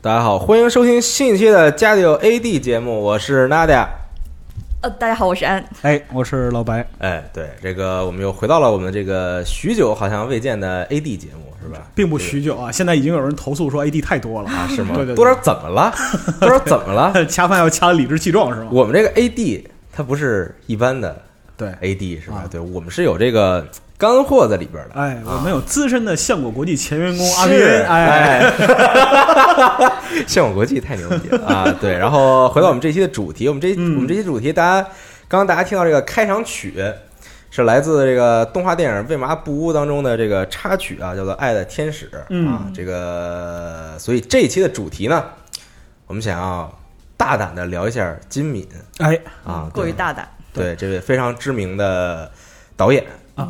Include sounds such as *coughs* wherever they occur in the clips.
大家好，欢迎收听新一期的《家里有 AD》节目，我是 Nadia。呃，大家好，我是安。哎，我是老白，哎，对，这个我们又回到了我们这个许久好像未见的 AD 节目，是吧？并不许久啊，现在已经有人投诉说 AD 太多了啊是吗？对对多对少怎么 *laughs* 了？多少怎么了？掐饭要掐得理直气壮是吗？我们这个 AD 它不是一般的对， AD 是吧啊？对，我们是有这个干货在里边的。哎，我们有资深的相果国际前员工阿斌是，哎，， *laughs* 向往国际太牛逼了 *laughs* 啊！对，然后回到我们这期的主题，我们这、嗯我们这期主题，大家刚刚大家听到这个开场曲是来自这个动画电影《为嘛不污》当中的这个插曲啊，叫做《爱的天使》嗯啊。这个，所以这一期的主题呢，我们想要大胆的聊一下金敏哎啊，过于对大胆，对这位非常知名的导演啊，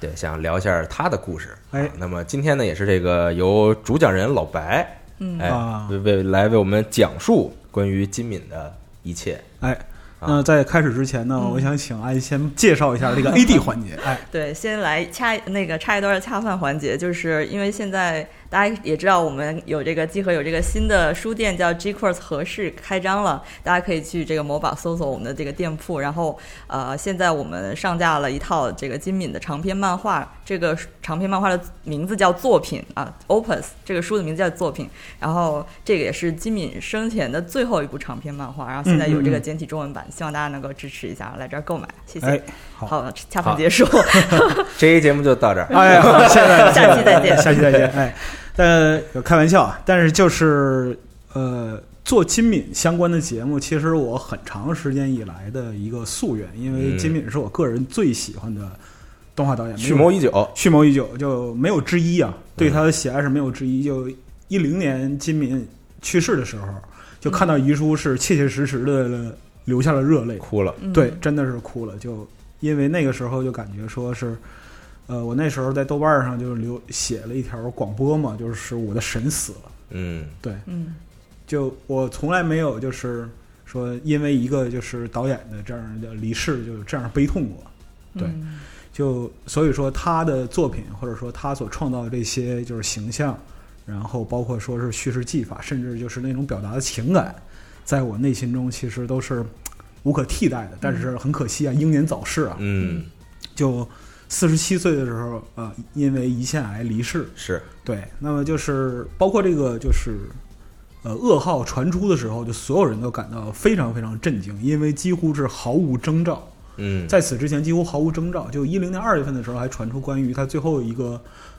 对，想聊一下他的故事。哎啊那么今天呢，也是这个由主讲人老白，嗯哎啊，为为来为我们讲述关于金敏的一切。哎，啊那在开始之前呢，我想请安先介绍一下 *laughs* 这个 AD 环节，哎， *laughs* 对，先来掐那个插一段恰饭环节，就是因为现在大家也知道，我们有这个集合有这个新的书店叫 G Course 合适开张了，大家可以去这个某宝搜索我们的这个店铺。然后呃，现在我们上架了一套这个金敏的长篇漫画，这个长篇漫画的名字叫作品啊，Opus，这个书的名字叫作品。然后这个也是金敏生前的最后一部长篇漫画，然后现在有这嗯个嗯嗯简体中文版，希望大家能够支持一下，来这儿购买，谢谢。哎，好，好，恰逢结束。这一节目就到这儿。哎，好 *laughs* 谢谢，下期再见下期再见，哎，但有开玩笑啊，但是就是呃，做金敏相关的节目，其实我很长时间以来的一个夙愿，因为嗯金敏是我个人最喜欢的动画导演，蓄谋已久，嗯蓄谋已久，就没有之一啊，对他的喜爱是没有之一。就一零年金敏去世的时候，就看到遗书是切切实实的流下了热泪，哭了。嗯对，，真的是哭了，就因为那个时候就感觉说是，呃，我那时候在豆瓣上就留写了一条广播嘛，就是我的神死了，嗯对，嗯就我从来没有就是说因为一个就是导演的这样的离世就这样悲痛过，对嗯就所以说他的作品或者说他所创造的这些就是形象，然后包括说是叙事技法，甚至就是那种表达的情感，在我内心中其实都是无可替代的。但是很可惜啊，英年早逝啊，嗯，就四十七岁的时候，呃，因为胰腺癌离世。是对，那么就是包括这个就是。呃，噩耗传出的时候，就所有人都感到非常非常震惊，因为几乎是毫无征兆，嗯，在此之前几乎毫无征兆。就一零年二月份的时候，还传出关于他最后一个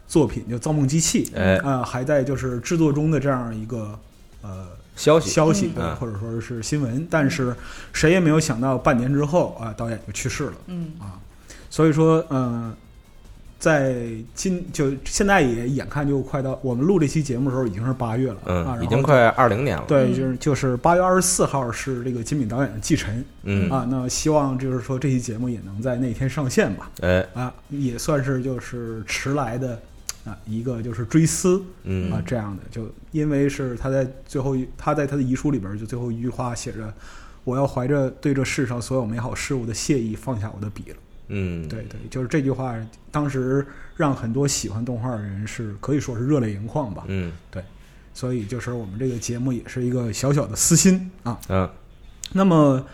作品，就《造梦机器》，哎啊、还在就是制作中的这样一个呃消息消息，嗯对啊或者说是新闻。但是谁也没有想到，半年之后啊、导演就去世了嗯啊。所以说，嗯、在今就现在也眼看就快到我们录这期节目的时候，已经是八月了，啊，嗯，然已后经快二零年了。对，嗯就是就是八月二十四号是这个金敏导演的继承。嗯，啊，那希望就是说这期节目也能在那天上线吧，哎，啊，也算是就是迟来的啊一个就是追思嗯啊这样的，就因为是他在最后一他在他的遗书里边就最后一句话写着。我要怀着对这世上所有美好事物的谢意，放下我的笔了。嗯，对对，就是这句话，当时让很多喜欢动画的人是可以说是热泪盈眶吧。嗯所以就是我们这个节目也是一个小小的私心啊。嗯那么，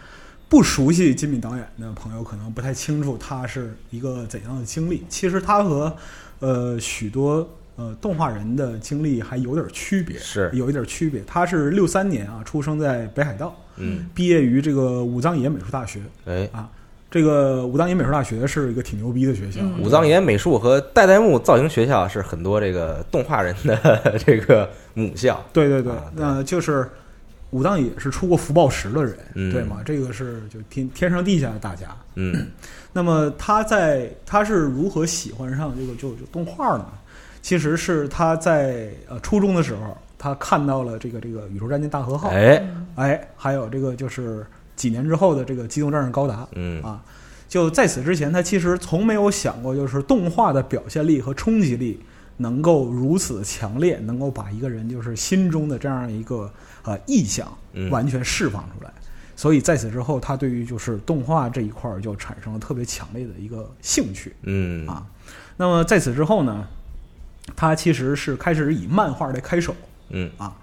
不熟悉金敏导演的朋友可能不太清楚他是一个怎样的经历。其实他和呃许多呃动画人的经历还有点区别，是有一点区别。他是六三年啊，出生在北海道，嗯，毕业于这个武藏野美术大学哎，啊。这个武藏野美术大学是一个挺牛逼的学校，嗯武藏野美术和代代木造型学校是很多这个动画人的 *laughs* 这个母校。对对对啊，对那就是武藏野是出过福报石的人，嗯对吗？这个是就天天上地下的大家。 *clears throat* 嗯那么他在他是如何喜欢上这个就就动画呢？其实是他在呃初中的时候，他看到了这个这个《宇宙战舰大和号》哎，哎，还有这个就是几年之后的这个《机动战士高达嗯》啊。就在此之前，他其实从没有想过，就是动画的表现力和冲击力能够如此强烈，能够把一个人就是心中的这样一个呃意向嗯完全释放出来。所以在此之后，他对于就是动画这一块儿就产生了特别强烈的一个兴趣嗯啊。那么在此之后呢，他其实是开始以漫画来开手嗯啊，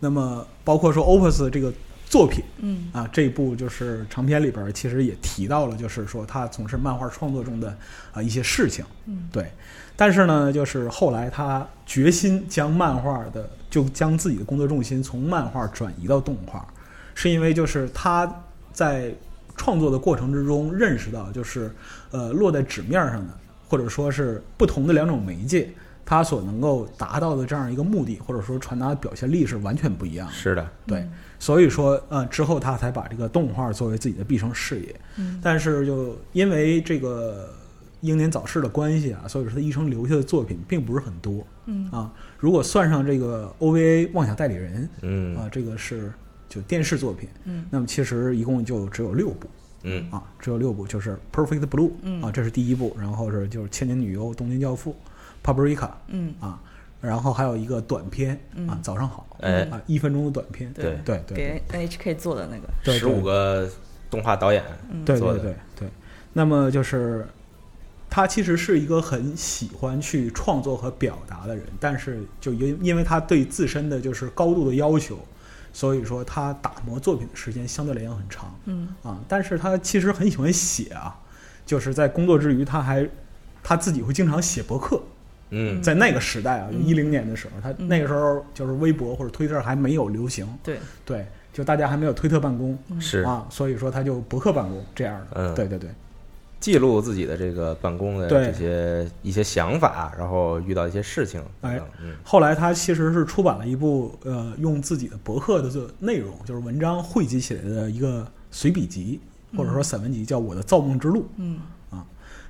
那么包括说 Opus 这个作品嗯啊，这一部就是长篇里边儿其实也提到了，就是说他从事漫画创作中的啊一些事情。嗯对，但是呢，就是后来他决心将漫画的，就将自己的工作重心从漫画转移到动画，是因为就是他在创作的过程之中认识到，就是呃落在纸面上的，或者说是不同的两种媒介，它所能够达到的这样一个目的，或者说传达的表现力是完全不一样的。是的，对，所以说呃之后他才把这个动画作为自己的毕生事业。嗯但是就因为这个英年早逝的关系啊，所以说他一生留下的作品并不是很多嗯啊。如果算上这个 OVA《妄想代理人》嗯啊，这个是就电视作品，嗯那么其实一共就只有六部嗯啊，只有六部，就是《Perfect Blue》嗯啊，这是第一部，然后是就是《千年女优》《东京教父》《Paprika 嗯》啊，然后还有一个短片啊，嗯《早上好》哎啊，一分钟的短片，对对对对给 NHK 做的那个，对十五个动画导演，嗯对做对的对对。那么就是他其实是一个很喜欢去创作和表达的人，但是就因因为他对自身的就是高度的要求，所以说他打磨作品的时间相对来讲很长嗯啊。但是他其实很喜欢写啊，就是在工作之余，他还他自己会经常写博客。嗯在那个时代啊，就一零年的时候，他嗯那个时候就是微博或者推特还没有流行，对，对，就大家还没有推特办公，是啊，所以说他就博客办公这样的，嗯对对对，记录自己的这个办公的对这些一些想法，然后遇到一些事情等哎等，嗯后来他其实是出版了一部呃，用自己的博客的这个内容，就是文章汇集起来的一个随笔集或者说散文集，叫《我的造梦之路嗯》啊。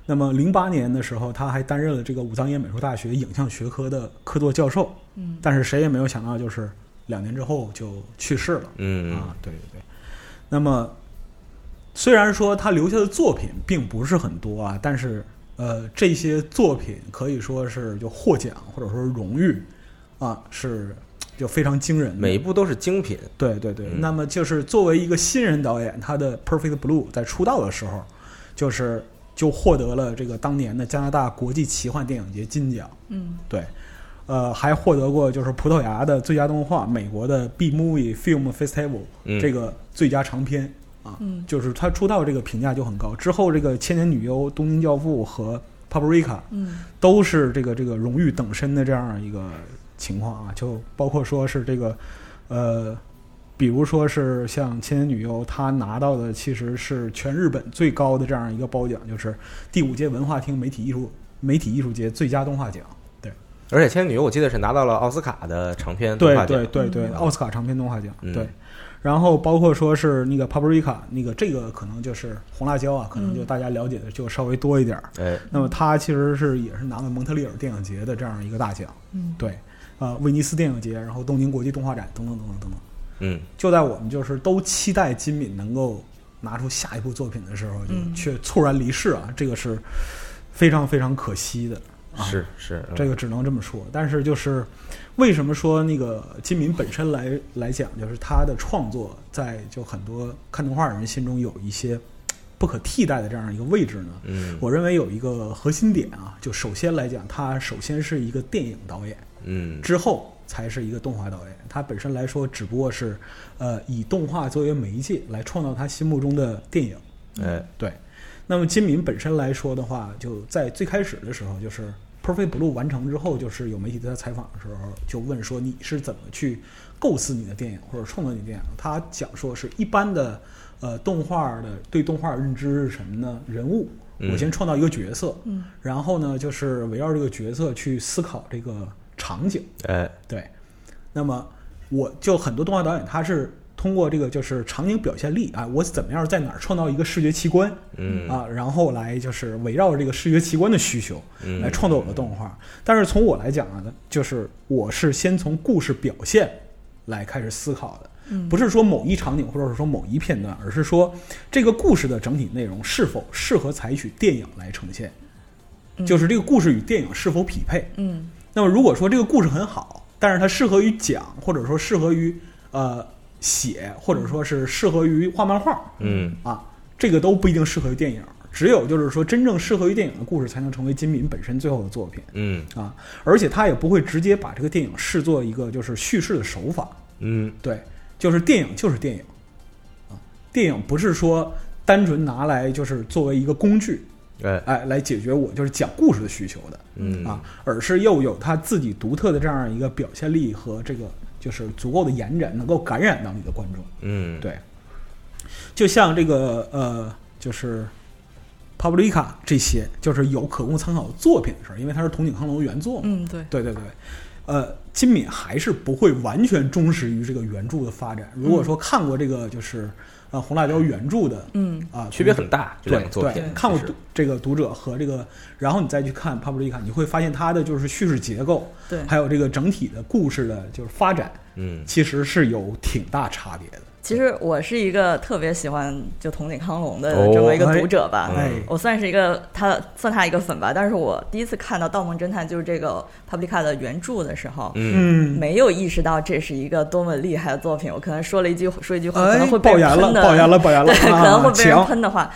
那么零八年的时候，他还担任了这个武藏野美术大学影像学科的客座教授，嗯但是谁也没有想到，就是两年之后就去世了。嗯啊，对对对。那么，虽然说他留下的作品并不是很多啊，但是呃，这些作品可以说是就获奖或者说荣誉啊，是就非常惊人的。嗯每一部都是精品，对对对，嗯那么就是作为一个新人导演，他的《Perfect Blue》在出道的时候，就是就获得了这个当年的加拿大国际奇幻电影节金奖。嗯对，呃，还获得过就是葡萄牙的最佳动画、美国的 B Movie Film Festival、嗯这个最佳长片啊，嗯就是他出道这个评价就很高。之后这个《千年女优》《东京教父》和《Paprika》嗯都是这个这个荣誉等身的这样一个情况啊，就包括说是这个呃。比如说是像《千年女优》，她拿到的其实是全日本最高的这样一个褒奖，就是第五届文化厅媒体艺术媒体艺术节最佳动画奖。对，而且《千年女优》我记得是拿到了奥斯卡的长篇动对画奖，对对对，嗯奥斯卡长篇动画奖，嗯对。然后包括说是那个 Paprika，那个这个可能就是红辣椒啊，可能就嗯大家了解的就稍微多一点儿。哎，那么它其实是也是拿了蒙特利尔电影节的这样一个大奖，嗯对，呃，威尼斯电影节，然后东京国际动画展等等等等等等。嗯就在我们就是都期待金敏能够拿出下一部作品的时候，就嗯却猝然离世啊，这个是非常非常可惜的。啊、是是，嗯这个只能这么说。但是就是为什么说那个金敏本身来来讲，就是他的创作在就很多看动画人心中有一些不可替代的这样一个位置呢？嗯我认为有一个核心点啊，就首先来讲，他首先是一个电影导演，嗯之后才是一个动画导演。他本身来说，只不过是呃以动画作为媒介来创造他心目中的电影。哎对，那么金敏本身来说的话，就在最开始的时候，就是《Perfect Blue》完成之后，就是有媒体对他采访的时候，就问说你是怎么去构思你的电影或者创作你的电影？他讲说是一般的呃动画的对动画认知是什么呢？人物，嗯我先创造一个角色，嗯然后呢就是围绕这个角色去思考这个场景。哎对，那么我就很多动画导演他是通过这个就是场景表现力啊，我怎么样在哪儿创造一个视觉奇观，嗯啊，然后来就是围绕着这个视觉奇观的需求嗯来创作我的动画。但是从我来讲啊，就是我是先从故事表现来开始思考的。嗯不是说某一场景或者是说某一片段，而是说这个故事的整体内容是否适合采取电影来呈现，嗯就是这个故事与电影是否匹配。嗯那么如果说这个故事很好，但是它适合于讲，或者说适合于呃写，或者说是适合于画漫画嗯啊，这个都不一定适合于电影。只有就是说真正适合于电影的故事，才能成为金敏本身最后的作品嗯啊。而且他也不会直接把这个电影视作一个就是叙事的手法嗯对，就是电影就是电影啊，电影不是说单纯拿来就是作为一个工具，哎哎，来解决我就是讲故事的需求的。嗯啊，而是又有他自己独特的这样一个表现力和这个就是足够的延展，能够感染到你的观众。嗯对，就像这个呃，就是《帕布利卡》这些，就是有可供参考的作品的事儿，因为它是筒井康隆原作嘛。嗯，对，对对对，呃，金敏还是不会完全忠实于这个原著的发展。如果说看过这个就是呃《红辣椒》原著的嗯啊、区别很大，这对两个作品对，看过其实读这个读者和这个，然后你再去看《帕布利卡》，你会发现它的就是叙事结构，对。还有这个整体的故事的就是发展，嗯其实是有挺大差别的。其实我是一个特别喜欢就筒井康隆的哦这么一个读者吧，哎哎我算是一个他算他一个粉吧。但是我第一次看到《盗梦侦探》就是这个 Publica 的原著的时候，嗯嗯，没有意识到这是一个多么厉害的作品。我可能说了一句 *laughs* 说一句话，可哎能会，被爆人言了，喷的， *laughs* 爆言了，爆言了，对，可能会啊被人请喷的话。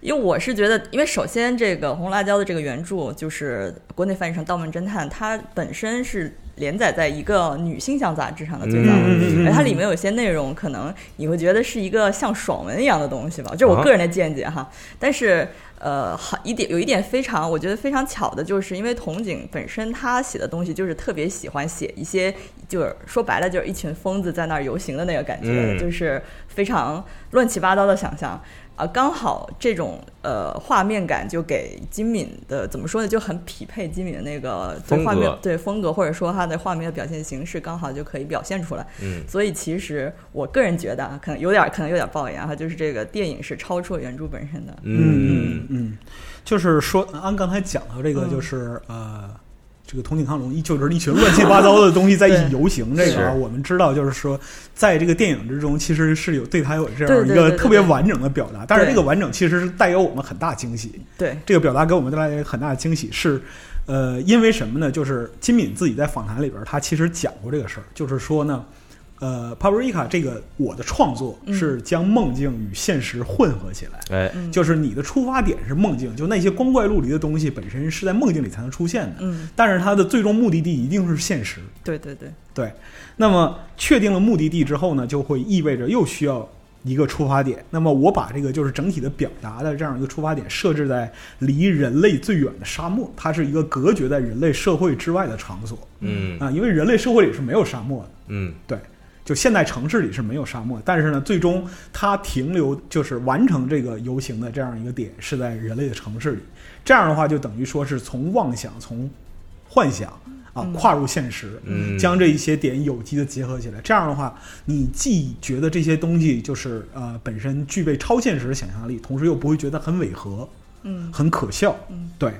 因为我是觉得，因为首先这个《红辣椒》的这个原著就是国内翻译成《盗梦侦探》，它本身是连载在一个女性向杂志上的，最早，嗯嗯嗯而它里面有些内容可能你会觉得是一个像爽文一样的东西吧，这是我啊个人的见解哈。但是呃，好一点有一点非常，我觉得非常巧的就是，因为童景本身他写的东西就是特别喜欢写一些，就是说白了就是一群疯子在那儿游行的那个感觉，嗯就是非常乱七八糟的想象。啊，刚好这种呃画面感就给金敏的怎么说呢，就很匹配金敏的那个对风画面格对风格，或者说他的画面的表现形式，刚好就可以表现出来。嗯所以其实我个人觉得啊，可能有点可能有点抱怨哈，就是这个电影是超出了原著本身的。嗯嗯嗯嗯，就是说，按刚才讲到这个，嗯就是、呃，这个同井康隆一就是一群乱七八糟的东西在一 *laughs* 对起游行，这个啊是我们知道，就是说，在这个电影之中，其实是有对他有这对样对一对个对特别对完整的表达，但是对这个完整其实是带给我们很大惊喜。对，这个表达给我们带来很大的惊喜是，呃，因为什么呢？就是金敏自己在访谈里边，他其实讲过这个事儿，就是说呢，呃，《帕布瑞卡》这个我的创作嗯是将梦境与现实混合起来。哎嗯，就是你的出发点是梦境，就那些光怪陆离的东西本身是在梦境里才能出现的，嗯，但是它的最终目的地一定是现实。对对对，对，那么确定了目的地之后呢，就会意味着又需要一个出发点。那么我把这个就是整体的表达的这样一个出发点设置在离人类最远的沙漠，它是一个隔绝在人类社会之外的场所嗯啊，因为人类社会里是没有沙漠的。嗯对，就现代城市里是没有沙漠，但是呢，最终它停留就是完成这个游行的这样一个点是在人类的城市里。这样的话，就等于说是从妄想、从幻想啊跨入现实，嗯将这一些点有机的结合起来。这样的话，你既觉得这些东西就是呃本身具备超现实的想象力，同时又不会觉得很违和，嗯很可笑，嗯对。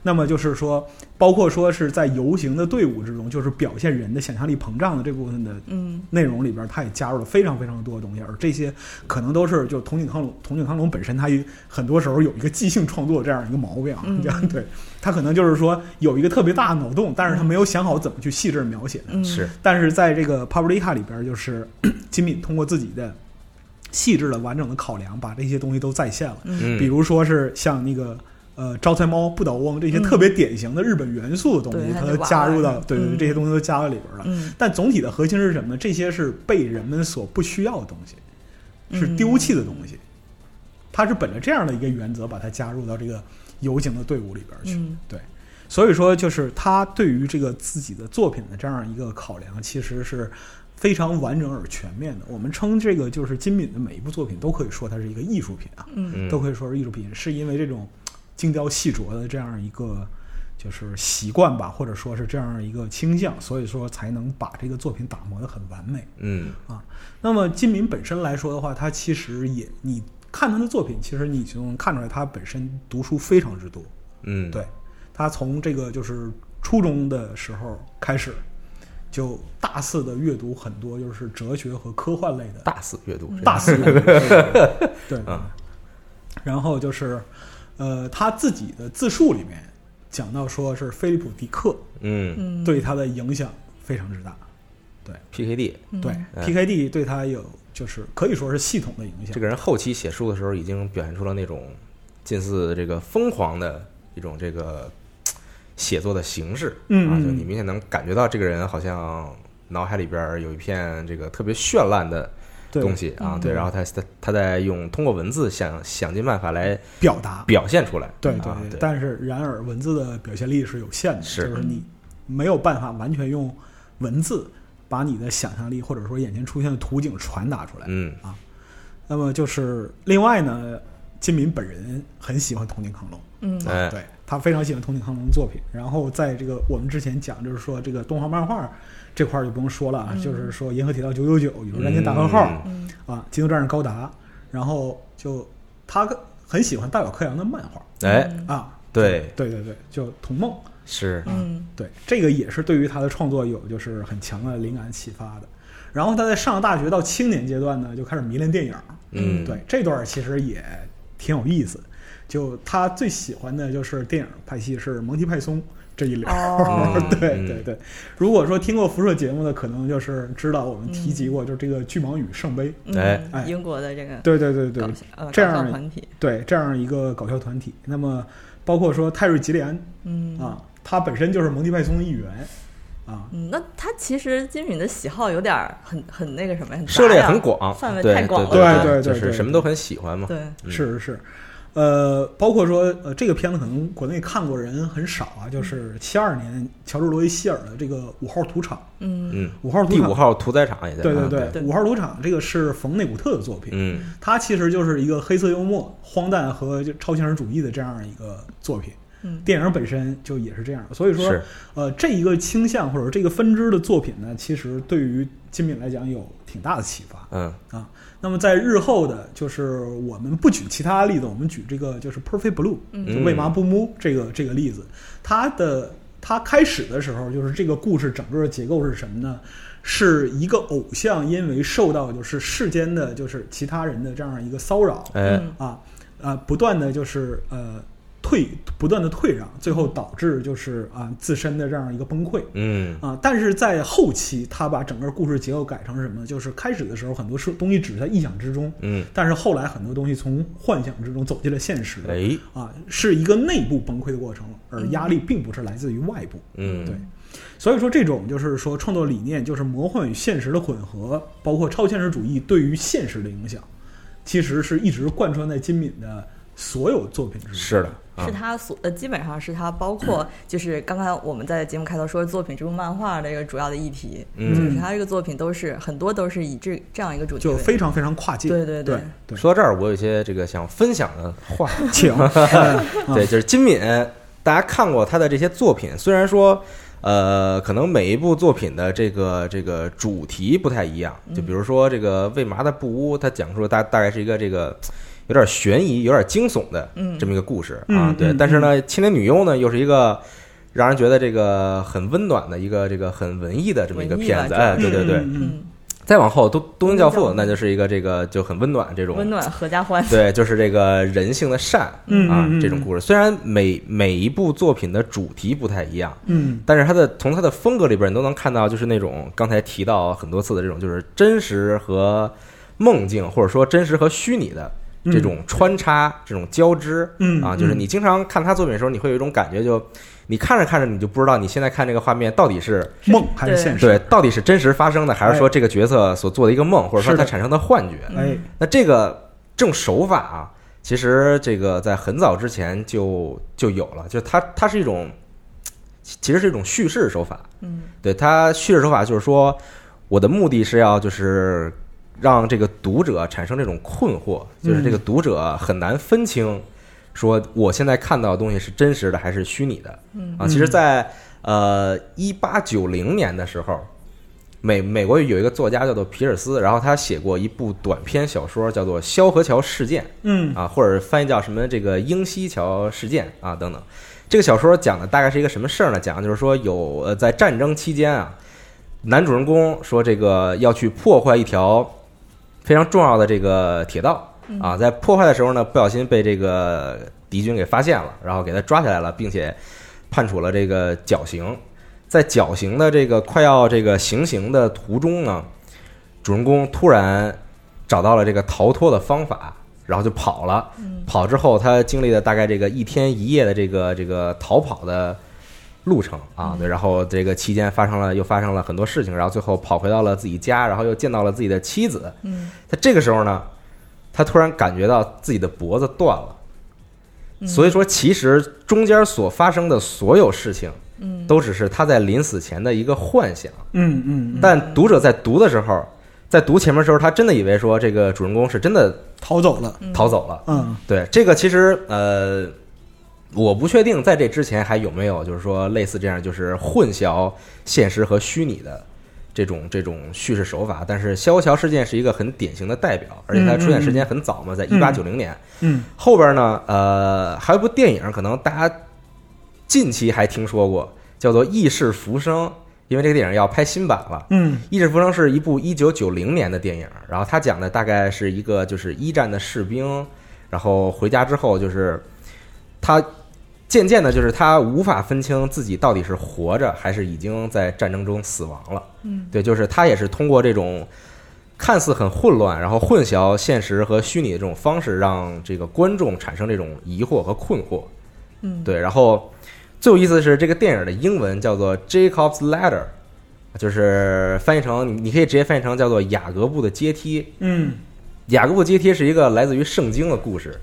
那么就是说，包括说是在游行的队伍之中，就是表现人的想象力膨胀的这部分的嗯内容里边，它也加入了非常非常多的东西，而这些可能都是就童井康隆，童井康隆本身他也很多时候有一个即兴创作这样一个毛病啊，嗯这样对他可能就是说有一个特别大的脑洞，但是他没有想好怎么去细致描写它。嗯，是但是在这个 Paprika 里边，就是 *coughs* 金敏通过自己的细致的、完整的考量，把这些东西都再现了。嗯，嗯比如说是像那个呃招财猫、不倒翁这些嗯特别典型的日本元素的东对西，它它就都加入到娃娃对对对嗯这些东西都加到里边了。嗯但总体的核心是什么呢？这些是被人们所不需要的东西，是嗯丢弃的东西。它是本着这样的一个原则，把它加入到这个游行的队伍里边去。嗯对，所以说就是他对于这个自己的作品的这样一个考量，其实是非常完整而全面的。我们称这个就是金敏的每一部作品都可以说它是一个艺术品啊，嗯嗯都可以说是艺术品，是因为这种精雕细琢的这样一个就是习惯吧，或者说是这样一个倾向，所以说才能把这个作品打磨得很完美嗯啊。那么金敏本身来说的话，他其实也你看他的作品，其实你就能看出来他本身读书非常之多，嗯对他从这个就是初中的时候开始。就大肆的阅读很多就是哲学和科幻类的大肆阅读，嗯大四 *laughs* 的人对啊然后就是，呃，他自己的自述里面讲到说是菲利普·迪克嗯嗯，对他的影响非常之大，对 PKD 嗯对、嗯 p k d 对他有就是可以说是系统的影响，这个人后期写书的时候，已经表现出了那种近似这个疯狂的一种这个嘖写作的形式，嗯啊，嗯就你明显能感觉到这个人好像脑海里边儿有一片这个特别绚烂的对东西啊，嗯对，然后他他他在用通过文字想想尽办法来表达，表现出来，对啊对对，但是然而文字的表现力是有限的，是就是你没有办法完全用文字把你的想象力或者说眼前出现的图景传达出来。嗯那么就是另外呢，金敏本人很喜欢筒井康隆，嗯哎对他非常喜欢筒井康隆的作品。然后在这个我们之前讲，就是说这个动画漫画这块儿就不用说了啊，嗯就是说《银河铁道九九九》《宇宙战舰大和号》嗯啊，《机动战士高达》，然后就他很喜欢大岛克洋的漫画嗯，哎，啊，对，对对对，就童梦。是，嗯对，这个也是对于他的创作有就是很强的灵感启发的。然后他在上大学到青年阶段呢，就开始迷恋电影。嗯，对，这段其实也挺有意思。就他最喜欢的就是电影派系是蒙提派松这一流。 *laughs* 哦对嗯对对，如果说听过辐射节目的，可能就是知道我们提及过，就是这个巨蟒与圣杯。哎哎嗯，英国的这个对对对对搞笑呃这搞笑样团体，对，这样一个搞笑团体。那么包括说泰瑞吉利安嗯啊，他本身就是蒙提派松的一员啊，嗯，那他其实金敏的喜好有点儿很很那个什么，很杂涉猎呀很广，范围对太广了对对对对就是对什么都很喜欢嘛，对，嗯是是，呃，包括说呃，这个片子可能国内看过人很少啊，就是七二年乔治·罗伊希尔的这个五号赌场，嗯嗯，五号赌第场，五，号屠宰场也在，对啊对对五号赌场这个是冯内古特的作品，嗯它其实就是一个黑色幽默、荒诞和就超现实主义的这样一个作品。嗯电影本身就也是这样，所以说是，呃，这一个倾向或者这个分支的作品呢，其实对于金敏来讲有挺大的启发。嗯啊。那么在日后的，就是我们不举其他例子，我们举这个就是 Perfect Blue，嗯就为麻布木这个这个例子，它的它开始的时候，就是这个故事整个的结构是什么呢？是一个偶像因为受到就是世间的就是其他人的这样一个骚扰哎嗯啊啊，不断的就是呃。退不断的退让，最后导致就是啊自身的这样一个崩溃。嗯啊，但是在后期，他把整个故事结构改成是什么呢？就是开始的时候很多是东西只是在臆想之中，嗯，但是后来很多东西从幻想之中走进了现实，哎啊，是一个内部崩溃的过程，而压嗯力并不是来自于外部，嗯对。所以说，这种就是说创作理念就是魔幻与现实的混合，包括超现实主义对于现实的影响，其实是一直贯穿在金敏的所有作品之中。是的，啊是他所呃，基本上是他包括嗯就是刚刚我们在节目开头说作品这部漫画的一个主要的议题，嗯就是他这个作品都是很多都是以这这样一个主题就为非常非常跨界，对对对对对对，说到这儿，我有一些这个想分享的话， *laughs* 请啊对，就是金敏，大家看过他的这些作品，虽然说，呃，可能每一部作品的这个这个主题不太一样，嗯就比如说这个《为麻的布屋》，它讲述的大大概是一个这个有点悬疑、有点惊悚的嗯这么一个故事啊嗯，对嗯。但是呢，《青年女优》呢，又是一个。让人觉得这个很温暖的一个这个很文艺的这么一个文艺吧片子，主要哎，对对对。嗯嗯嗯嗯再往后，东东京教东京父教父那就是一个这个就很温暖这种温暖合家欢，对，就是这个人性的善嗯啊嗯嗯，这种故事。虽然每每一部作品的主题不太一样，嗯但是它的从它的风格里边，你都能看到，就是那种刚才提到很多次的这种，就是真实和梦境，或者说真实和虚拟的这种穿插、这种交织。嗯啊，就是你经常看他作品的时候，你会有一种感觉就，你看着看着，你就不知道你现在看这个画面到底是梦嗯还是现实？对，到底是真实发生的，还是说哎这个角色所做的一个梦，或者说是他的产生的幻觉？哎，那这个这种手法啊，其实这个在很早之前就就有了，就它它是一种，其其实是一种叙事手法。嗯对它叙事手法就是说，我的目的是要就是让这个读者产生这种困惑，就是嗯这个读者很难分清，说我现在看到的东西是真实的还是虚拟的。嗯啊，其实在，呃一八九零年的时候，美美国有一个作家叫做皮尔斯，然后他写过一部短篇小说，叫做《萧何桥事件嗯》啊，或者翻译叫什么这个英西桥事件啊等等。这个小说讲的大概是一个什么事儿呢？讲的就是说有呃在战争期间啊，男主人公说这个要去破坏一条非常重要的这个铁道啊，在破坏的时候呢，不小心被这个敌军给发现了，然后给他抓起来了，并且判处了这个绞刑。在绞刑的这个快要这个行刑的途中呢，主人公突然找到了这个逃脱的方法，然后就跑了。嗯跑之后，他经历了大概这个一天一夜的这个这个逃跑的路程啊，嗯对，然后这个期间发生了又发生了很多事情，然后最后跑回到了自己家，然后又见到了自己的妻子。嗯，他这个时候呢，他突然感觉到自己的脖子断了，嗯所以说其实中间所发生的所有事情，嗯，都只是他在临死前的一个幻想。嗯嗯，嗯但读者在读的时候，在读前面的时候，他真的以为说这个主人公是真的逃走了。逃走了。嗯，对，这个其实呃，我不确定在这之前还有没有就是说类似这样就是混淆现实和虚拟的这种这种叙事手法，但是萧桥事件是一个很典型的代表，而且它出现时间很早嘛，在一八九零年。嗯后边呢，呃，还有一部电影，可能大家近期还听说过，叫做《异世浮生》，因为这个电影要拍新版了。嗯《异世浮生》是一部一九九零年的电影，然后它讲的大概是一个就是一战的士兵，然后回家之后就是他渐渐的，就是他无法分清自己到底是活着还是已经在战争中死亡了。嗯，对，就是他也是通过这种看似很混乱，然后混淆现实和虚拟的这种方式，让这个观众产生这种疑惑和困惑。嗯对，然后最有意思的是，这个电影的英文叫做《Jacob's Ladder》，就是翻译成你你可以直接翻译成叫做《雅各布的阶梯》。嗯雅各布阶梯是一个来自于圣经的故事，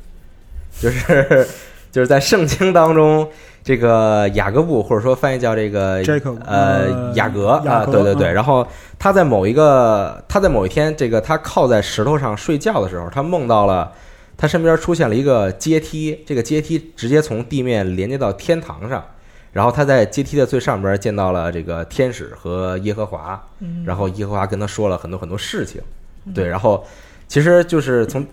就是 *laughs* 就是在圣经当中，这个雅各布或者说翻译叫这个 Jacob，呃呃雅各啊雅，各对对对。嗯然后他在某一个他在某一天，这个他靠在石头上睡觉的时候，他梦到了他身边出现了一个阶梯，这个阶梯直接从地面连接到天堂上。然后他在阶梯的最上边见到了这个天使和耶和华，嗯然后耶和华跟他说了很多很多事情，对，然后其实就是从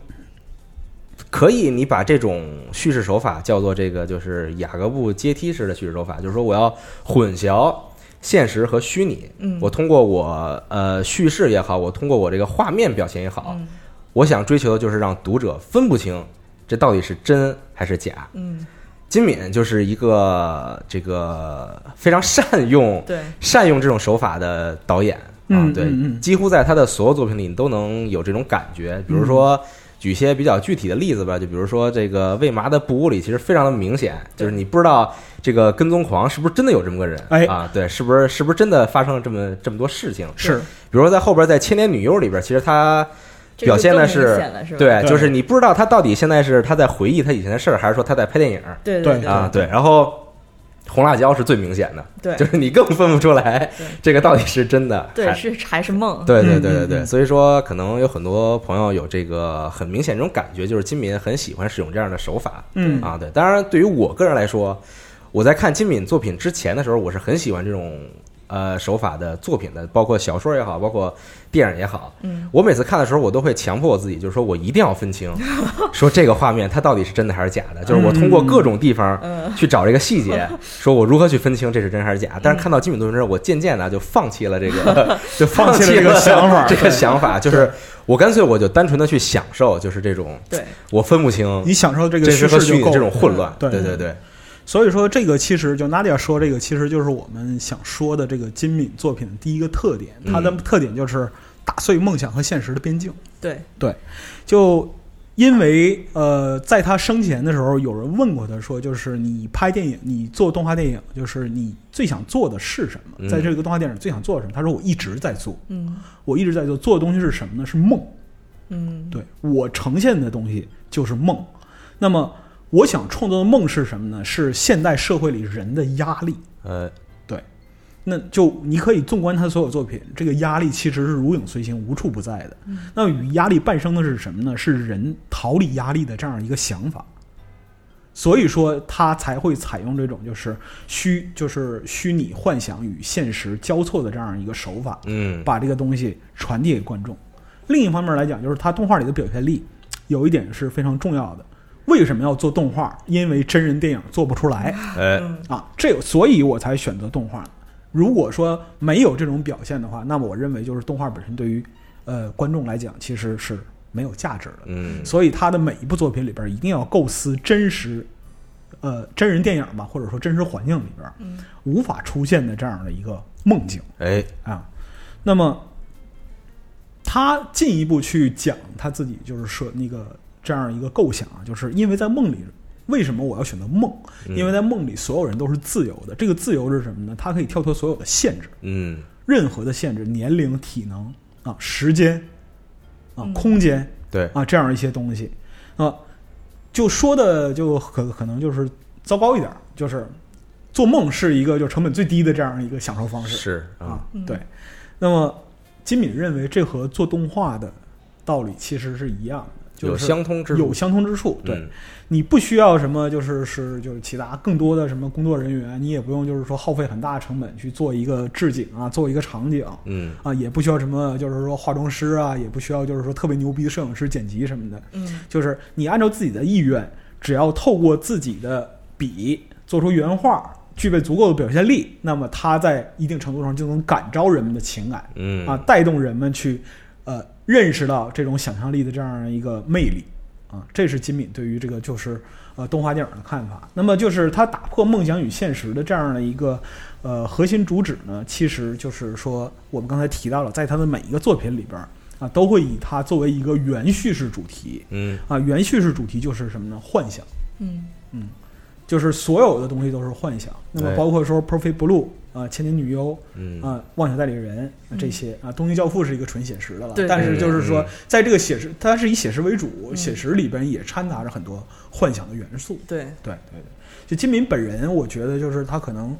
可以你把这种叙事手法叫做这个就是雅各布阶梯式的叙事手法，就是说我要混淆现实和虚拟，嗯我通过我呃叙事也好，我通过我这个画面表现也好，嗯我想追求的就是让读者分不清这到底是真还是假。嗯，金敏就是一个这个非常善用对，善用这种手法的导演啊嗯，对嗯，嗯几乎在他的所有作品里，你都能有这种感觉。比如嗯说，举一些比较具体的例子吧，就比如说这个魏麻的《布屋》里，其实非常的明显，对就是你不知道这个跟踪狂是不是真的有这么个人，哎啊，对，是不是是不是真的发生了这么这么多事情？是比如说在后边在《千年女优》里边，其实他这表就现的更是明显了是吧？对，对就是你不知道他到底现在是他在回忆他以前的事儿，还是说他在拍电影对对对啊？对，然后。红辣椒是最明显的，对就是你更分不出来对这个到底是真的对还是还是梦，对对对嗯对嗯对，嗯所以说可能有很多朋友有这个很明显这种感觉，就是金敏很喜欢使用这样的手法。嗯啊，对，当然对于我个人来说，我在看金敏作品之前的时候，我是很喜欢这种呃手法的作品的，包括小说也好，包括电影也好。嗯，我每次看的时候，我都会强迫我自己，就是说我一定要分 *laughs* 清，说这个画面它到底是真的还是假的，就是我通过各种地方嗯去找这个细 *laughs* 节，说我如何去分清这是真还是假。但是看到金敏作品之后，我渐渐的就放弃了这个，就放弃弃了这个想法这个对想法就是我干脆我就单纯的去享受，就是这种对，我分不清你享受这个真实叙和事虚就拟够这种了。混乱。对对对对，所以说，这个其实就 Nadia 说这个，其实就是我们想说的这个金敏作品的第一个特点，它的嗯特点就是打碎梦想和现实的边境。对，就因为呃，在他生前的时候，有人问过他说，就是你拍电影，你做动画电影，就是你最想做的是什嗯么？在这个动画电影最想做的是什么？他说我一直在做，嗯我一直在做，做的东西是什么呢？是梦。嗯对我呈现的东西就是梦。那么我想创作的梦是什么呢？是现代社会里人的压力。呃，那就你可以纵观他所有作品，这个压力其实是如影随形、无处不在的。那与压力伴生的是什么呢？是人逃离压力的这样一个想法。所以说，他才会采用这种就是虚，就是虚拟幻想与现实交错的这样一个手法，嗯，把这个东西传递给观众。另一方面来讲，就是他动画里的表现力有一点是非常重要的。为什么要做动画？因为真人电影做不出来。呃，嗯啊，这有所以我才选择动画。如果说没有这种表现的话，那么我认为就是动画本身对于呃观众来讲其实是没有价值的。嗯，所以他的每一部作品里边一定要构思真实，呃，真人电影吧，或者说真实环境里边嗯无法出现的这样的一个梦境哎，啊。那么他进一步去讲他自己就是说那个这样一个构想啊，就是因为在梦里。为什么我要选择梦？嗯因为在梦里，所有人都是自由的。这个自由是什么呢？它可以跳脱所有的限制，嗯任何的限制，年龄、体能啊、时间啊、空间对，啊这样一些东西啊。就说的就可可能就是糟糕一点儿，就是做梦是一个就成本最低的这样一个享受方式。是啊啊，，对。那么金敏认为这和做动画的道理其实是一样的，有就是相通之处有，相通之处。对、嗯你不需要什么，就是是就是其他更多的什么工作人员，你也不用就是说耗费很大成本去做一个置景啊，做一个场景。嗯啊，也不需要什么，就是说化妆师啊，也不需要就是说特别牛逼的摄影师、剪辑什么的，嗯就是你按照自己的意愿，只要透过自己的笔做出原画，具备足够的表现力，那么它在一定程度上就能感召人们的情感嗯啊，带动人们去呃认识到这种想象力的这样一个魅力啊，这是金敏对于这个就是呃动画电影的看法。那么就是他打破梦想与现实的这样的一个呃核心主旨呢，其实就是说我们刚才提到了，在他的每一个作品里边儿啊，都会以它作为一个原叙事主题。嗯啊，原叙事主题就是什么呢？幻想，嗯就是所有的东西都是幻想。那么对包括说《Perfect Blue》啊，《千年女优》嗯，啊，《妄想代理人》啊这些啊，《东京教父》是一个纯写实的了嗯对，但是就是说嗯，在这个写实，它是以写实为主，嗯写实里边也掺杂着很多幻想的元素。对，对对对，就金敏本人，我觉得就是他可能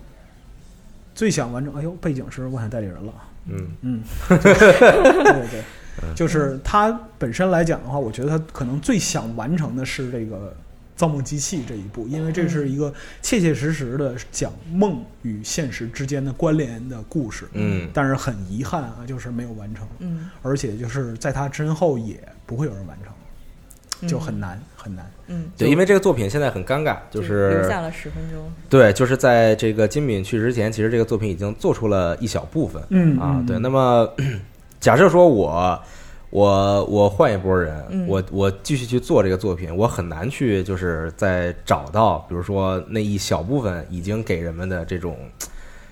最想完成，哎呦，背景是《妄想代理人》了。嗯嗯，对对对， *laughs* 就是他本身来讲的话，我觉得他可能最想完成的是这个造梦机器这一步，因为这是一个切切实实的讲梦与现实之间的关联的故事。嗯但是很遗憾啊，就是没有完成，嗯而且就是在他之后也不会有人完成，就嗯很难很难。嗯，对，因为这个作品现在很尴尬，就留是下了十分钟，对，就是在这个金敏去世之前，其实这个作品已经做出了一小部分。嗯啊，对。嗯那么假设说我我我换一波人，嗯我我继续去做这个作品，我很难去就是再找到，比如说那一小部分已经给人们的这种。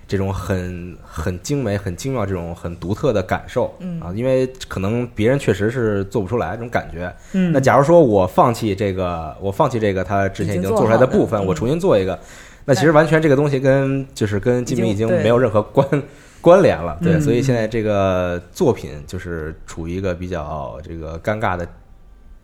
这种很很精美、很精妙、这种很独特的感受，嗯啊，因为可能别人确实是做不出来这种感觉，嗯，那假如说我放弃这个，我放弃这个他之前已经做出来的部分，已经做嗯好的我重新做一个，那其实完全这个东西跟就是跟金明已经没有任何关关联了，对，嗯所以现在这个作品就是处于一个比较这个尴尬的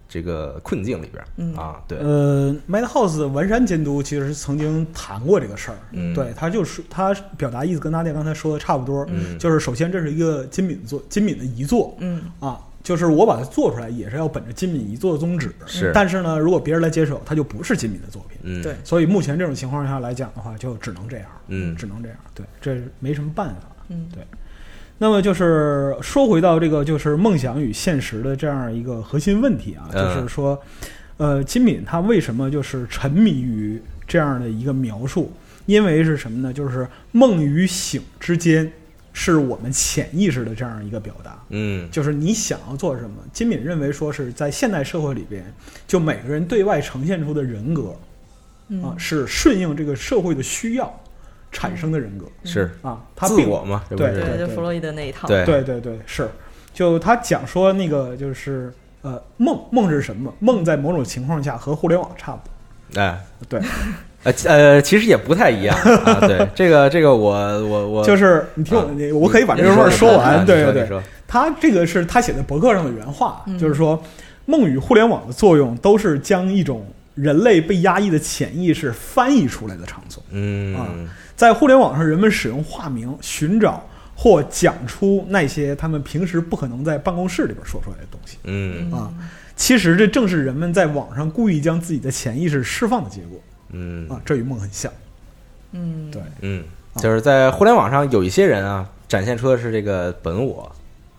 这个困境里边儿、嗯啊，对，呃，Madhouse 的完山监督其实曾经谈过这个事儿，嗯对他就是他表达意思跟大家刚才说的差不多，嗯就是首先这是一个金敏作金敏的遗作嗯啊，就是我把它做出来也是要本着金敏遗作的宗旨，是但是呢，如果别人来接手，它就不是金敏的作品，嗯，对，所以目前这种情况下来讲的话，就只能这样，嗯只能这样，对，这没什么办法，嗯对。那么就是说回到这个就是梦想与现实的这样一个核心问题啊，嗯就是说，呃，金敏他为什么就是沉迷于这样的一个描述？因为是什么呢？就是梦与醒之间是我们潜意识的这样一个表达，嗯就是你想要做什么。金敏认为说是在现代社会里边，就每个人对外呈现出的人格啊，哦嗯是顺应这个社会的需要产生的人格是啊，他自并我嘛，这不对是对，就弗洛伊德那一套，对对对对，是，就他讲说那个就是呃梦梦是什么？梦在某种情况下和互联网差不多。哎。对，呃呃，其实也不太一样啊。 *laughs* 对，这个这个我，我我就是你听我，啊你我可以把这你个事儿你完。你对说对你对，说他这个是他写在博客上的原话，嗯就是说梦与互联网的作用都是将一种人类被压抑的潜意识翻译出来的场所。嗯啊在互联网上，人们使用化名寻找或讲出那些他们平时不可能在办公室里边说出来的东西。嗯啊，其实这正是人们在网上故意将自己的潜意识释放的结果嗯啊，这与梦很像。嗯对嗯，啊就是在互联网上有一些人啊，展现出的是这个本我，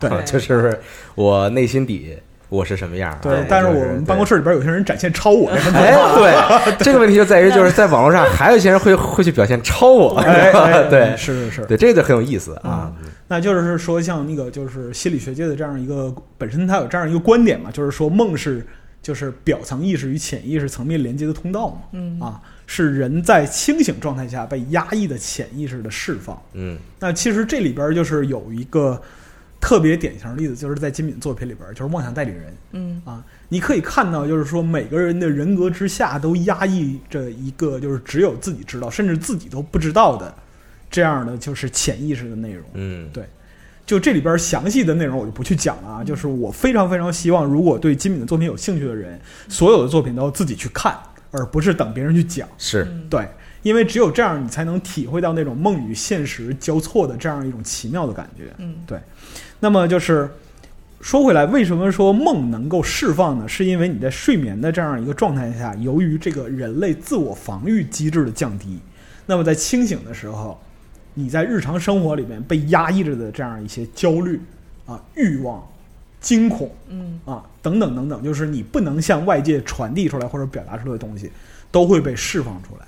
啊对就是我内心底我是什么样啊。对就，但是我们办公。室里边有些人展现超我的 *laughs* 很啊对哎，对，这个问题就在 *laughs* 于，就是在网络上还有一些人会会去表现超我， *laughs* 哎哎对是是是，对，这个就很有意思啊。那就是说像那个就是心理学界的这样一个本身它有这样一个观点嘛，就是说梦是就是表层意识与潜意识层面连接的通道嘛，嗯啊，是人在清醒状态下被压抑的潜意识的释放。嗯那其实这里边就是有一个特别典型的例子就是在金敏作品里边，就是《妄想代理人嗯》啊，你可以看到，就是说每个人的人格之下都压抑着一个，就是只有自己知道，甚至自己都不知道的这样的就是潜意识的内容。嗯就这里边详细的内容我就不去讲了啊，就是我非常非常希望，如果对金敏的作品有兴趣的人，所有的作品都要自己去看，而不是等别人去讲。是嗯对，因为只有这样，你才能体会到那种梦与现实交错的这样一种奇妙的感觉。嗯那么就是说回来，为什么说梦能够释放呢？是因为你在睡眠的这样一个状态下，由于这个人类自我防御机制的降低，那么在清醒的时候，你在日常生活里面被压抑着的这样一些焦虑啊、欲望、惊恐嗯啊等等等等，就是你不能向外界传递出来或者表达出来的东西，都会被释放出来。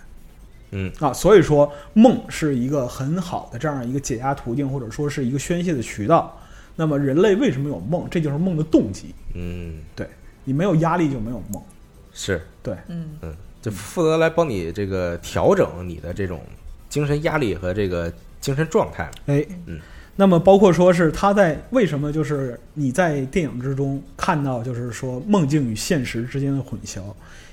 嗯啊，所以说梦是一个很好的这样一个解压途径，或者说是一个宣泄的渠道。那么人类为什么有梦？这就是梦的动机。嗯对你没有压力就没有梦。是对，嗯嗯，就负责来帮你这个调整你的这种精神压力和这个精神状态。哎，嗯，那么包括说是他在为什么就是你在电影之中看到就是说梦境与现实之间的混淆，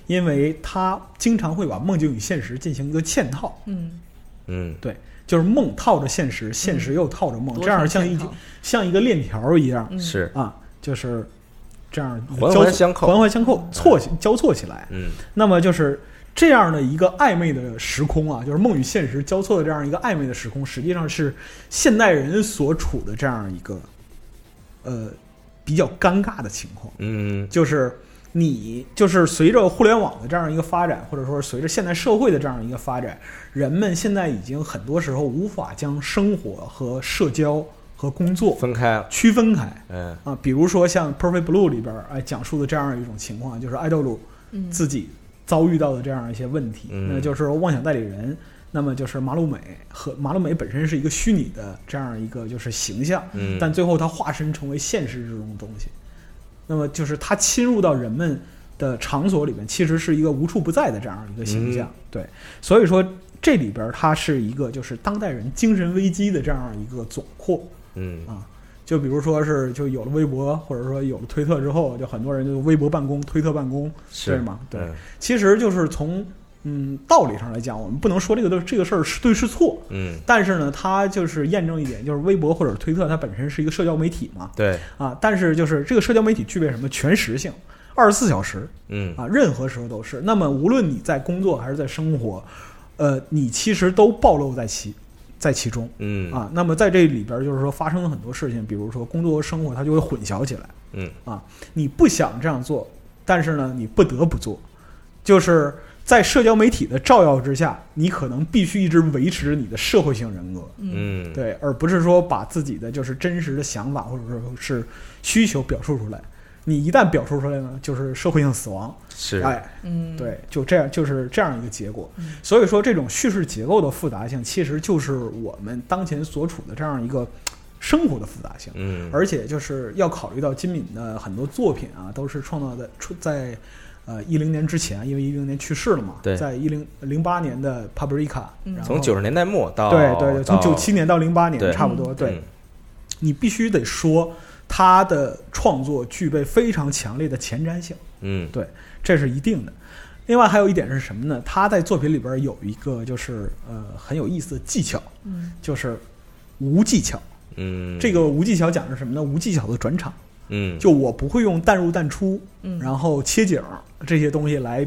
因为他经常会把梦境与现实进行一个嵌套。嗯，嗯就是梦套着现实，现实又套着梦，多这样重像一嵌套像一个链条一样，嗯是啊，就是这样环交环相扣环环相扣，错起交错起来。嗯那么就是这样的一个暧昧的时空啊，就是梦与现实交错的这样一个暧昧的时空，实际上是现代人所处的这样一个呃比较尴尬的情况，嗯就是。你就是随着互联网的这样一个发展，或者说随着现代社会的这样一个发展，人们现在已经很多时候无法将生活和社交和工作分开了。区分开。嗯啊，比如说像《Perfect Blue》里边儿，哎，讲述的这样一种情况，就是爱豆鲁嗯自己遭遇到的这样一些问题，嗯那就是妄想代理人，那么就是马鲁美和马鲁美本身是一个虚拟的这样一个就是形象，嗯，但最后他化身成为现实之中的东西，那么就是他侵入到人们的场所里面，其实是一个无处不在的这样一个形象，嗯对，所以说这里边儿它是一个就是当代人精神危机的这样一个总括，嗯啊，就比如说是就有了微博，或者说有了推特之后，就很多人就微博办公、推特办公，对是吗？对，嗯其实就是从嗯道理上来讲，我们不能说这个都这个事儿是对是错，嗯但是呢，它就是验证一点，就是微博或者推特它本身是一个社交媒体嘛，对啊，但是就是这个社交媒体具备什么全时性，二十四小时，嗯啊，任何时候都是。那么无论你在工作还是在生活，呃，你其实都暴露在其在其中。嗯啊，那么在这里边儿就是说发生了很多事情，比如说工作和生活，它就会混淆起来。嗯啊，你不想这样做，但是呢，你不得不做，就是在社交媒体的照耀之下，你可能必须一直维持你的社会性人格，嗯嗯对，而不是说把自己的就是真实的想法或者说是需求表述出来。你一旦表述出来呢，就是社会性死亡，是哎，嗯，对，就这样，就是这样一个结果嗯。所以说，这种叙事结构的复杂性，其实就是我们当前所处的这样一个生活的复杂性。嗯而且就是要考虑到金敏的很多作品啊，都是创造的出在呃一零年之前，因为一零年去世了嘛对，在一零零八年的《Paprika 嗯》，从九十十年代末到对对对，从到九七年到零八对年差不多，嗯对，嗯你必须得说他的创作具备非常强烈的前瞻性。嗯这是一定的。另外还有一点是什么呢？他在作品里边有一个就是呃很有意思的技巧，嗯就是无技巧。嗯这个无技巧讲的是什么呢？无技巧的转场，嗯就我不会用淡入淡出，嗯，然后切景这些东西来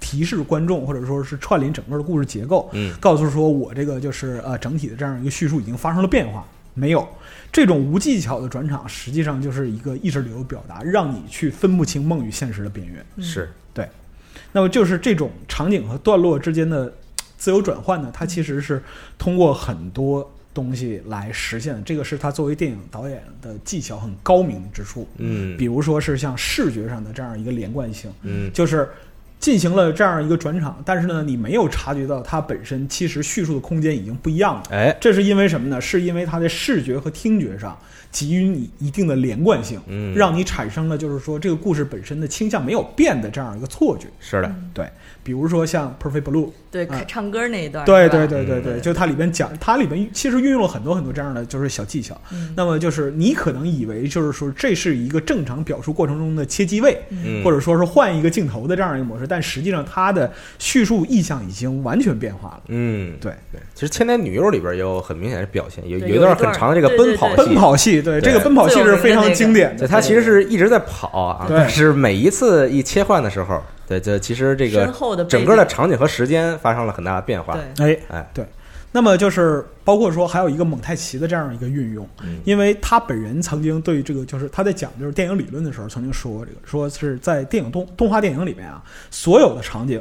提示观众，或者说是串联整个的故事结构，嗯告诉说我这个就是呃整体的这样一个叙述已经发生了变化。没有这种无技巧的转场，实际上就是一个意识流表达，让你去分不清梦与现实的边缘。嗯是那么就是这种场景和段落之间的自由转换呢，它其实是通过很多东西来实现的。这个是他作为电影导演的技巧很高明之处，嗯比如说是像视觉上的这样一个连贯性，嗯就是。进行了这样一个转场，但是呢，你没有察觉到它本身其实叙述的空间已经不一样了。哎，这是因为什么呢？是因为它在视觉和听觉上给予你一定的连贯性，嗯，让你产生了就是说这个故事本身的倾向没有变的这样一个错觉。是的，对，比如说像《Perfect Blue》，对，啊唱歌那一段，是哎对吧对对对嗯对，就它里边讲，它里边其实运用了很多很多这样的就是小技巧。嗯那么就是你可能以为就是说这是一个正常表述过程中的切机位，嗯，或者说是换一个镜头的这样一个模式，但实际上它的叙述意向已经完全变化了。嗯，对，对，其实《千年女优》里边也有很明显的表现，有对有一有段一很段长的这个对奔对跑戏，奔跑戏，对对这个奔跑戏是非常经典对，的。他其实是一直在跑啊，对但是每一次一切换的时候，对，这其实这身个后的背整个的景场景和时间发生了很大的变化。对哎哎，对。那么就是包括说还有一个蒙太奇的这样一个运用，嗯因为他本人曾经对这个就是他在讲就是电影理论的时候曾经说过这个，说是在电影动动画电影里面啊，所有的场景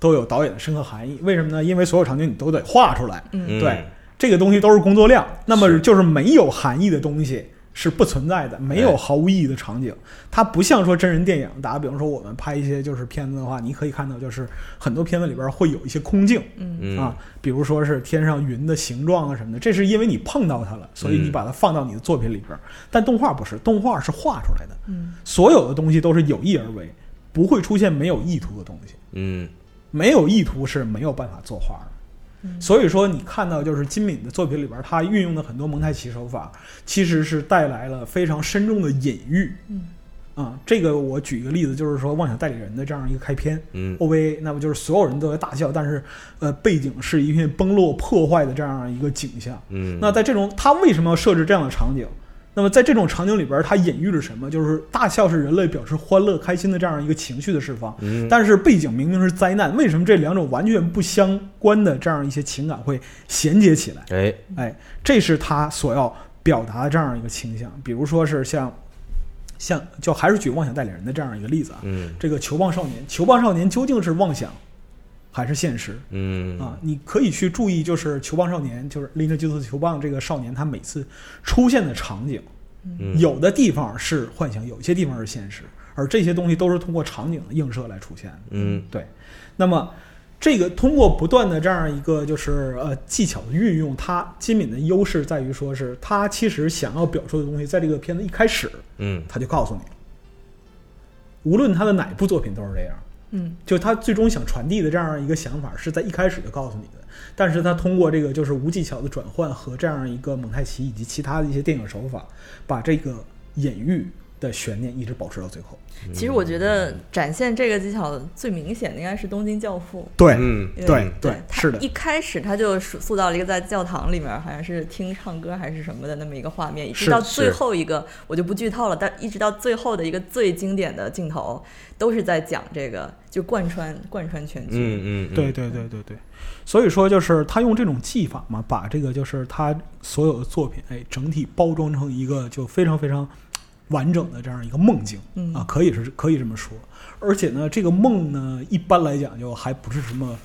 都有导演的深刻含义。为什么呢？因为所有场景你都得画出来，嗯，对，这个东西都是工作量。那么是就是没有含义的东西是不存在的，哎没有毫无意义的场景。它不像说真人电影，打个比方说，我们拍一些就是片子的话，你可以看到就是很多片子里边会有一些空镜嗯嗯啊，，比如说是天上云的形状啊什么的，这是因为你碰到它了，所以你嗯把它放到你的作品里边。但动画不是，动画是画出来的，嗯所有的东西都是有意而为，不会出现没有意图的东西。嗯，没有意图是没有办法作画的嗯。所以说，你看到就是金敏的作品里边，他运用的很多蒙太奇手法，其实是带来了非常深重的隐喻嗯啊。这个我举一个例子，就是说《妄想代理人》的这样一个开篇嗯， OVA，那么就是所有人都在大笑，但是呃，背景是一片崩落破坏的这样一个景象。嗯，那在这种，他为什么要设置这样的场景？那么在这种场景里边，它隐喻了什么？就是大笑是人类表示欢乐、开心的这样一个情绪的释放。嗯，但是背景明明是灾难，为什么这两种完全不相关的这样一些情感会衔接起来？哎，哎，这是他所要表达的这样一个倾向。比如说是像，像就还是举妄想代理人的这样一个例子啊，嗯这个球棒少年，球棒少年究竟是妄想还是现实？嗯啊，，你可以去注意，就是球棒少年，就是拎着金丝球棒这个少年，他每次出现的场景，嗯有的地方是幻想，有些地方是现实，而这些东西都是通过场景的映射来出现的。嗯对，那么这个通过不断的这样一个就是呃技巧的运用，它金敏的优势在于说是他其实想要表述的东西，在这个片子一开始嗯他就告诉你，无论他的哪部作品都是这样。嗯就他最终想传递的这样一个想法是在一开始就告诉你的，但是他通过这个就是无技巧的转换和这样一个蒙太奇以及其他的一些电影手法，把这个隐喻的悬念一直保持到最后。其实我觉得展现这个技巧最明显的应该是《东京教父》。对嗯，对对对他是的一开始他就塑塑造了一个在教堂里面，好像是听唱歌还是什么的那么一个画面，一直是到最是后一个我就不剧透了，但一直到最后的一个最经典的镜头，都是在讲这个，就贯穿贯穿全剧。嗯嗯，对，对对对对，所以说就是他用这种技法嘛，把这个就是他所有的作品，哎，整体包装成一个就非常非常完整的这样一个梦境嗯啊，可以是可以这么说。而且呢，这个梦呢，一般来讲就还不是什么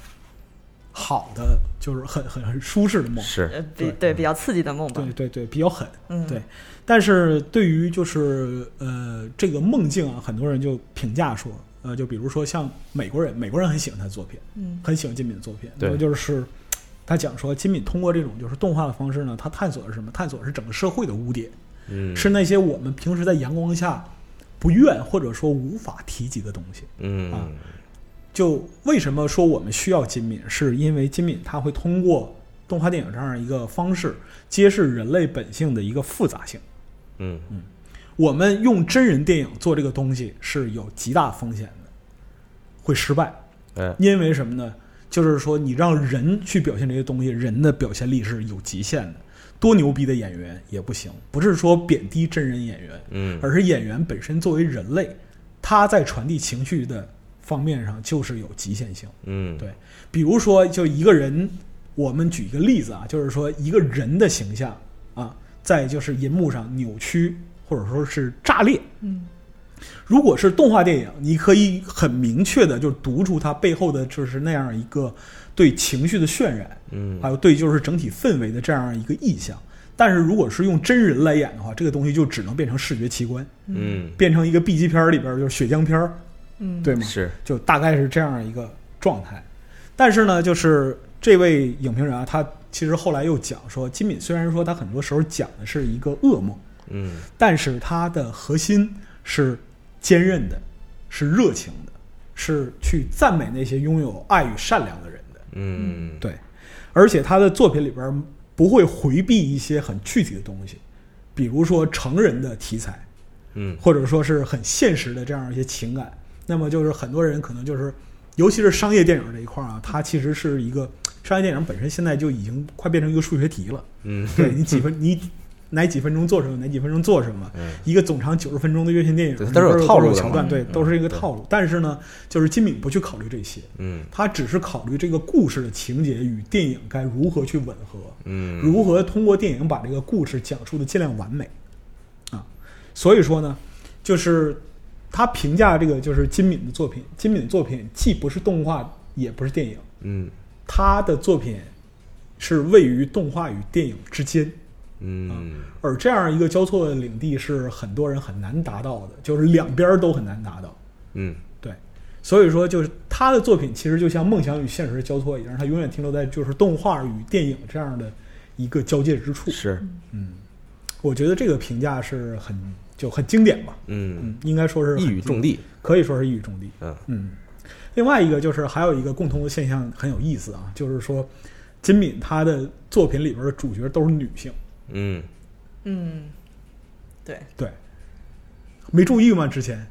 好的，就是很很很舒适的梦，嗯是，呃，比对比较刺激的梦吧对。对对，比较狠。嗯，对但是对于就是呃这个梦境啊，很多人就评价说，呃，就比如说像美国人，美国人很喜欢他的作品。嗯很喜欢金敏的作品，对然后就是他讲说，金敏通过这种就是动画的方式呢，他探索的是什么？探索的是整个社会的污点，嗯是那些我们平时在阳光下不愿或者说无法提及的东西。啊嗯就为什么说我们需要金敏，是因为金敏他会通过动画电影这样一个方式，揭示人类本性的一个复杂性。嗯我们用真人电影做这个东西是有极大风险的，会失败。哎，因为什么呢？就是说，你让人去表现这些东西，人的表现力是有极限的。多牛逼的演员也不行，不是说贬低真人演员，嗯而是演员本身作为人类，他在传递情绪的方面上就是有极限性。嗯，对，比如说，就一个人，我们举一个例子啊，就是说一个人的形象啊，在就是银幕上扭曲或者说是炸裂，嗯如果是动画电影，你可以很明确的就读出它背后的就是那样一个对情绪的渲染，嗯还有对就是整体氛围的这样一个意象。但是如果是用真人来演的话，这个东西就只能变成视觉奇观，嗯变成一个 B 级片儿里边儿就是血浆片儿嗯，对吗？是就大概是这样一个状态。但是呢，就是这位影评人啊，他其实后来又讲说，金敏虽然说他很多时候讲的是一个噩梦，嗯但是他的核心是坚韧的，是热情的，是去赞美那些拥有爱与善良的人的。嗯对，而且他的作品里边不会回避一些很具体的东西，比如说成人的题材，嗯或者说是很现实的这样一些情感。那么就是很多人可能就是，尤其是商业电影这一块儿啊，它其实是一个商业电影本身现在就已经快变成一个数学题了。嗯对你几分你哪几分钟做什么，哪几分钟做什么，嗯一个总长九十分钟的院线电影，对它里都边是有有套路多的少桥段，嘛对，嗯都是一个对套路。但是呢，就是金敏不去考虑这些，嗯他只是考虑这个故事的情节与电影该如何去吻合，嗯，如何通过电影把这个故事讲述的尽量完美啊。所以说呢，就是他评价这个就是金敏的作品，金敏的作品既不是动画，也不是电影，嗯他的作品是位于动画与电影之间。啊嗯而这样一个交错的领地是很多人很难达到的，就是两边儿都很难达到。嗯对，所以说就是他的作品其实就像梦想与现实的交错一样，他永远停留在就是动画与电影这样的一个交界之处。是我觉得这个评价是很就很经典吧，嗯嗯，应该说是很一语中的，可以说是一语中的。嗯嗯，另外一个就是还有一个共同的现象很有意思啊，就是说金敏他的作品里边的主角都是女性，嗯嗯，对对，没注意吗？之前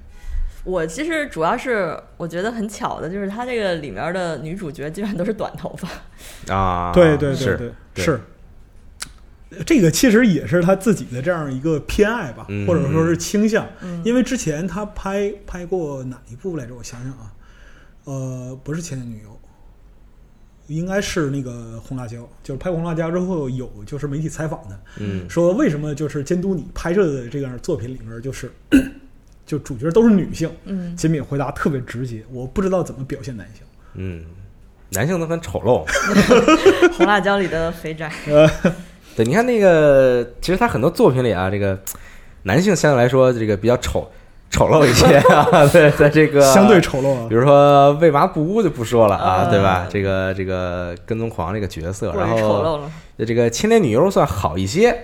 我其实主要是我觉得很巧的，就是它这个里面的女主角居然都是短头发，啊，对对对是对，对是。这个其实也是他自己的这样一个偏爱吧，嗯或者说是倾向，嗯因为之前他拍拍过哪一部来着？我想想啊，呃，不是《前任女友》，应该是那个《红辣椒》。就是拍过《红辣椒》之后，有就是媒体采访他，嗯说为什么就是监督你拍摄的这样作品里面，就是 *coughs* 就主角都是女性。嗯，金敏回答特别直接，我不知道怎么表现男性。嗯，男性都很丑陋，红辣椒里的肥宅，对，你看那个，其实他很多作品里啊，这个男性相对来说这个比较丑丑陋一些啊， *laughs* 对，在这个相对丑陋嗯啊比，如说为嘛不污就不说了啊，呃对吧？这个这个跟踪狂这个角色，过然于丑后陋了，这个青年女优算好一些，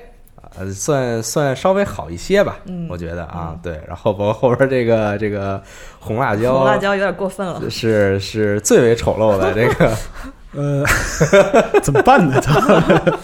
呃，算算稍微好一些吧，嗯我觉得啊，对。然后包括后边这个这个红辣椒，红辣椒有点过分 *laughs* 了，是是最为丑陋的这 *laughs* 个，呃， *laughs* 怎么办呢？ *laughs* 他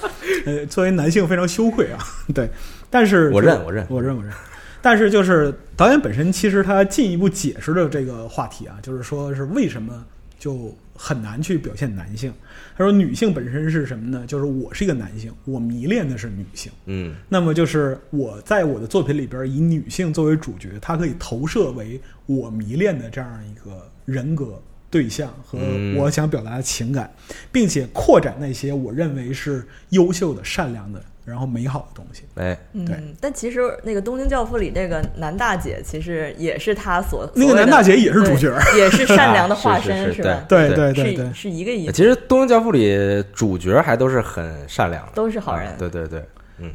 呃，作为男性非常羞愧啊。 *laughs* 对，但是我就是认我认我认我认。但是就是导演本身，其实他进一步解释了这个话题啊，就是说是为什么就很难去表现男性。他说女性本身是什么呢？就是我是一个男性，我迷恋的是女性。嗯那么就是我在我的作品里边以女性作为主角，她可以投射为我迷恋的这样一个人格对象和嗯我想表达的情感，并且扩展那些我认为是优秀的、善良的，然后美好的东西。哎，对嗯，但其实那个《东京教父》里这个男大姐，其实也是她所那个男大姐也是主角，所谓的对也是善良的化啊身， *laughs* 是是是吧？对对对对对是，是一个意思，其实《东京教父》里主角还都是很善良的，都是好人啊对对对，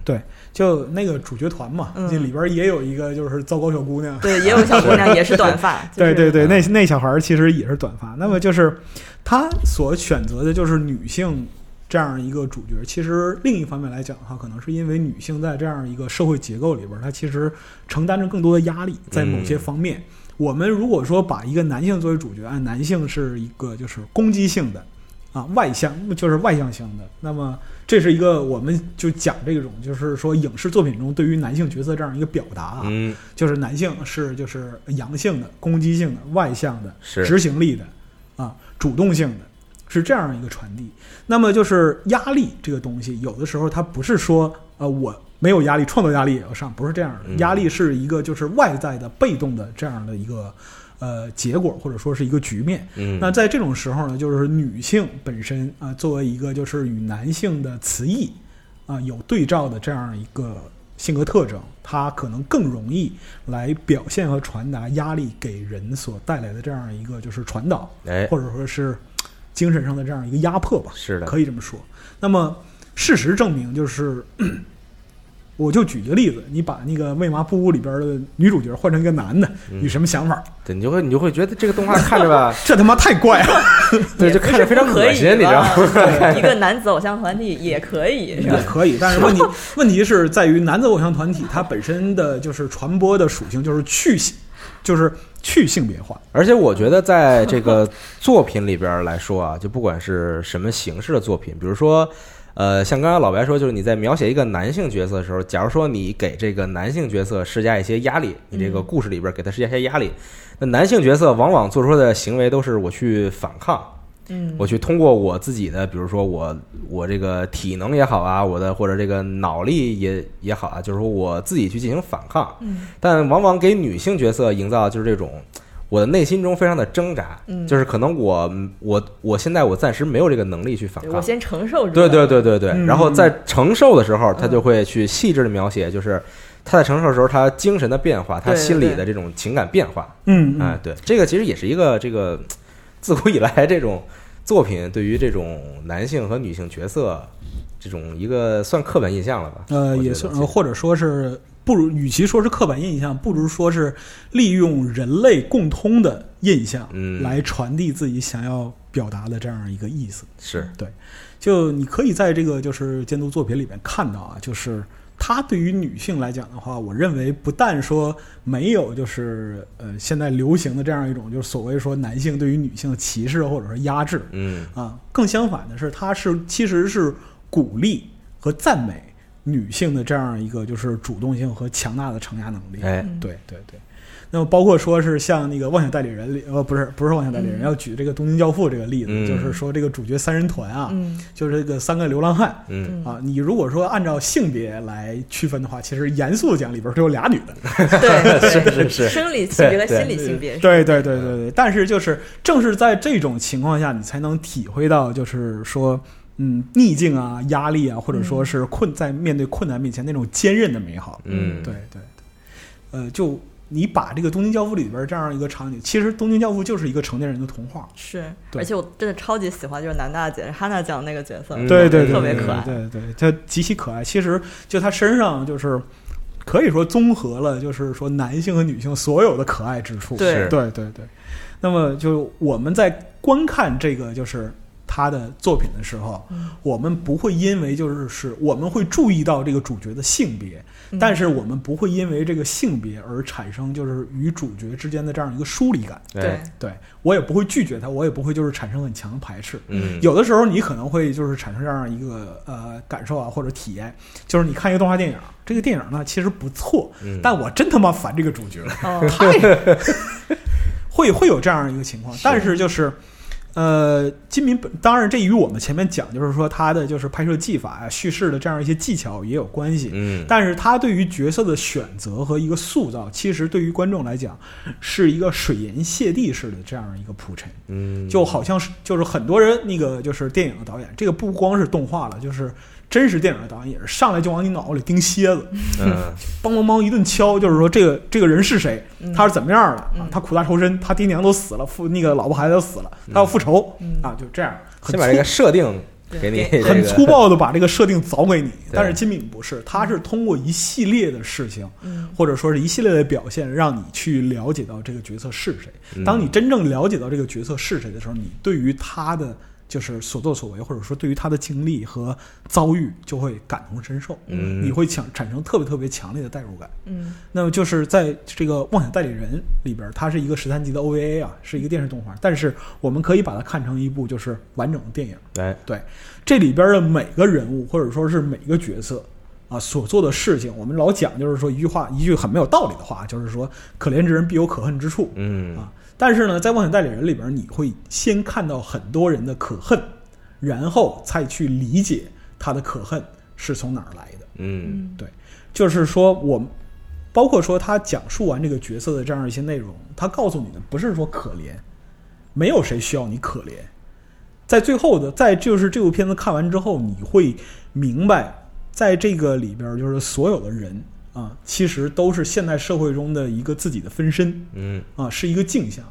对，就那个主角团嘛，嗯那里边也有一个就是糟糕小姑娘，对，也有小姑娘也是短发，对对对，对，那那小孩儿其实也是短发。那么就是他所选择的就是女性这样一个主角。其实另一方面来讲的话，可能是因为女性在这样一个社会结构里边儿，她其实承担着更多的压力，在某些方面。我们如果说把一个男性作为主角，按男性是一个就是攻击性的。啊，外向就是外向型的。那么，这是一个我们就讲这种，就是说影视作品中对于男性角色这样一个表达啊。嗯就是男性是就是阳性的、攻击性的、外向的、是执行力的啊、主动性的，是这样一个传递。那么就是压力这个东西，有的时候它不是说呃我没有压力，创造压力也要上，不是这样的。嗯压力是一个就是外在的、被动的这样的一个呃结果，或者说是一个局面。嗯，那在这种时候呢，就是女性本身啊、作为一个就是与男性的词义啊、有对照的这样一个性格特征，她可能更容易来表现和传达压力给人所带来的这样一个就是传导，哎或者说是精神上的这样一个压迫吧，是的，可以这么说。那么事实证明，就是 *clears throat* 我就举个例子，你把那个《未麻布屋》里边的女主角换成一个男的，嗯你什么想法？对，你就会你就会觉得这个动画看着 *laughs* 吧，这他妈太怪了！对，就看着非常恶心，你知道吗？吗？啊一个男子偶像团体也可以，是吧也？可以，但是问题问题是在于男子偶像团体它本身的就是传播的属性就是去性，就是去性别化。而且我觉得，在这个作品里边儿来说啊，就不管是什么形式的作品，比如说，呃，像刚刚老白说，就是你在描写一个男性角色的时候，假如说你给这个男性角色施加一些压力，你这个故事里边儿给他施加一些压力，那男性角色往往做出的行为都是我去反抗。嗯，我去通过我自己的，比如说我我这个体能也好啊，我的或者这个脑力也也好啊，就是说我自己去进行反抗。嗯，但往往给女性角色营造就是这种我的内心中非常的挣扎，嗯就是可能我我我现在我暂时没有这个能力去反对抗我，先承受住。对对，对对对，嗯然后在承受的时候，他嗯就会去细致的描写，就是他在承受的时候，他精神的变化，他对对心理对的这种情感变化。嗯哎，对，这个其实也是一个这个自古以来 *laughs* 这种作品对于这种男性和女性角色这种一个算刻板印象了吧？呃，我觉也得算，其呃实或者说是不如，与其说是刻板印象，不如说是利用人类共通的印象嗯来传递自己想要表达的这样一个意思。是就你可以在这个就是监督作品里面看到啊，就是它对于女性来讲的话，我认为不但说没有就是呃现在流行的这样一种就是所谓说男性对于女性的歧视或者是压制嗯啊，更相反的是，它是其实是鼓励和赞美女性的这样一个就是主动性和强大的承压能力。哎嗯对对对。那么包括说是像那个《妄想代理人》里，呃，不是不是《妄想代理人》，嗯要举这个《东京教父》这个例子，嗯就是说这个主角三人团啊，嗯就是这个三个流浪汉嗯嗯，啊，你如果说按照性别来区分的话，其实严肃讲里边儿只有俩女的。对，对是是是，生理性别对和对心理性别，对对对对对，但是就是正是在这种情况下，你才能体会到，就是说，嗯，逆境啊、压力啊，或者嗯说是困在面对困难面前那种坚韧的美好。嗯对对对，呃，就你把这个《东京教父》里边这样一个场景，其实《东京教父》就是一个成年人的童话。是，对而且我真的超级喜欢，就是南大姐哈娜讲的那个角色，嗯对对对，特别对可爱对对，对它极其可爱。其实就它身上就是可以说综合了，就是说男性和女性所有的可爱之处。对是对对对。那么就我们在观看这个就是他的作品的时候，嗯我们不会因为就是是我们会注意到这个主角的性别，嗯但是我们不会因为这个性别而产生就是与主角之间的这样一个疏离感。对 *laughs* 哎，对我也不会拒绝他，我也不会就是产生很强的排斥。嗯有的时候你可能会就是产生这样一个呃感受啊或者体验，就是你看一个动画电影，这个电影呢其实不错，嗯但我真他妈烦这个主角，哦，太 *laughs* 会会有这样一个情况。但是就是呃，金敏本当然这与我们前面讲就是说他的就是拍摄技法啊、叙事的这样一些技巧也有关系。嗯但是他对于角色的选择和一个塑造，其实对于观众来讲，是一个水银泻地式的这样一个铺陈。嗯就好像是就是很多人那个就是电影的导演，这个不光是动画了，就是真实电影的导演也是上来就往你脑子里钉蝎子，嗯梆梆梆一顿敲，就是说这个这个人是谁，嗯他是怎么样的啊嗯？他苦大仇深，他爹娘都死了，父那个老婆孩子都死了，他要复仇嗯啊，就这样，很先把这个粗设定给你这对很个粗暴的把这个设定凿给你，但是金敏不是，他是通过一系列的事情。嗯或者说是一系列的表现，让你去了解到这个角色是谁。嗯当你真正了解到这个角色是谁的时候，你对于他的就是所作所为，或者说对于他的经历和遭遇，就会感同身受。嗯你会强产生特别特别强烈的代入感。嗯那么就是在这个《妄想代理人》里边，它是一个十三集的 OVA 啊，是一个电视动画，但是我们可以把它看成一部就是完整的电影。哎对，这里边的每个人物或者说是每个角色啊所做的事情，我们老讲就是说一句话，一句很没有道理的话，就是说可怜之人必有可恨之处嗯啊。但是呢，在《妄想代理人》里边，你会先看到很多人的可恨，然后才去理解他的可恨是从哪儿来的。嗯对，就是说我们包括说他讲述完这个角色的这样一些内容，他告诉你的不是说可怜，没有谁需要你可怜。在最后的，在就是这部片子看完之后，你会明白，在这个里边儿就是所有的人啊，其实都是现代社会中的一个自己的分身嗯啊，是一个镜像。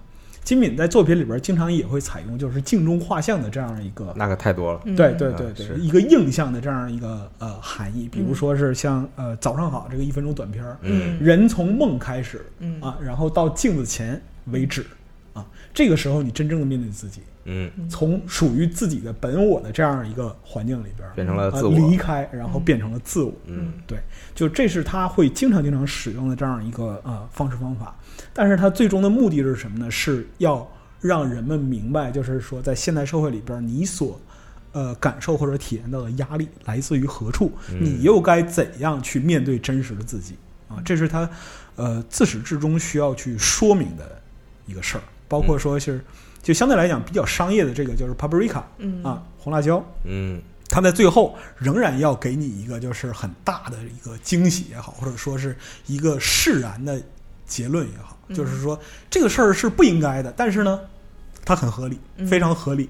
金敏在作品里边经常也会采用就是镜中画像的这样一个，那可太多了。嗯对对啊对对是，一个印象的这样一个呃含义。比如说是像嗯呃早上好这个一分钟短片儿，嗯人从梦开始嗯啊，然后到镜子前为止啊，这个时候你真正的面对自己，嗯，从属于自己的本我的这样一个环境里边儿变成了啊自我。离开，然后变成了自我。嗯对，就这是他会经常经常使用的这样一个呃方式方法，但是他最终的目的是什么呢？是要让人们明白，就是说在现代社会里边儿，你所呃感受或者体验到的压力来自于何处，你又该怎样去面对真实的自己啊？这是他呃自始至终需要去说明的一个事儿，包括说是就相对来讲比较商业的这个就是 paprika 嗯啊红辣椒，嗯他在最后仍然要给你一个就是很大的一个惊喜也好，或者说是一个释然的结论也好，嗯就是说这个事儿是不应该的，但是呢，它很合理，嗯非常合理。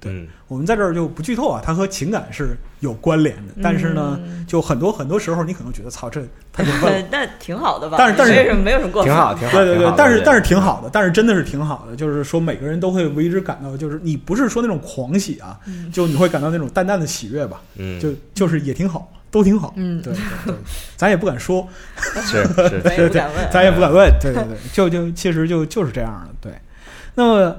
对嗯我们在这儿就不剧透啊，它和情感是有关联的，但是呢，嗯就很多很多时候你可能觉得操这太过分 *laughs* 了，那挺好的吧？但是但是没有什么没有什么过分，挺好，挺好。对对挺对好，但是但是对挺好的，但是真的是挺好的，就是说每个人都会为之感到，就是你不是说那种狂喜啊，就你会感到那种淡淡的喜悦吧，嗯，就就是也挺好，都挺好，嗯 *laughs* 对对对，咱也不敢说，是 *laughs* 是，咱也不敢问。咱也不敢问，对对 *laughs* 对，就就其实就就是这样的，对。那么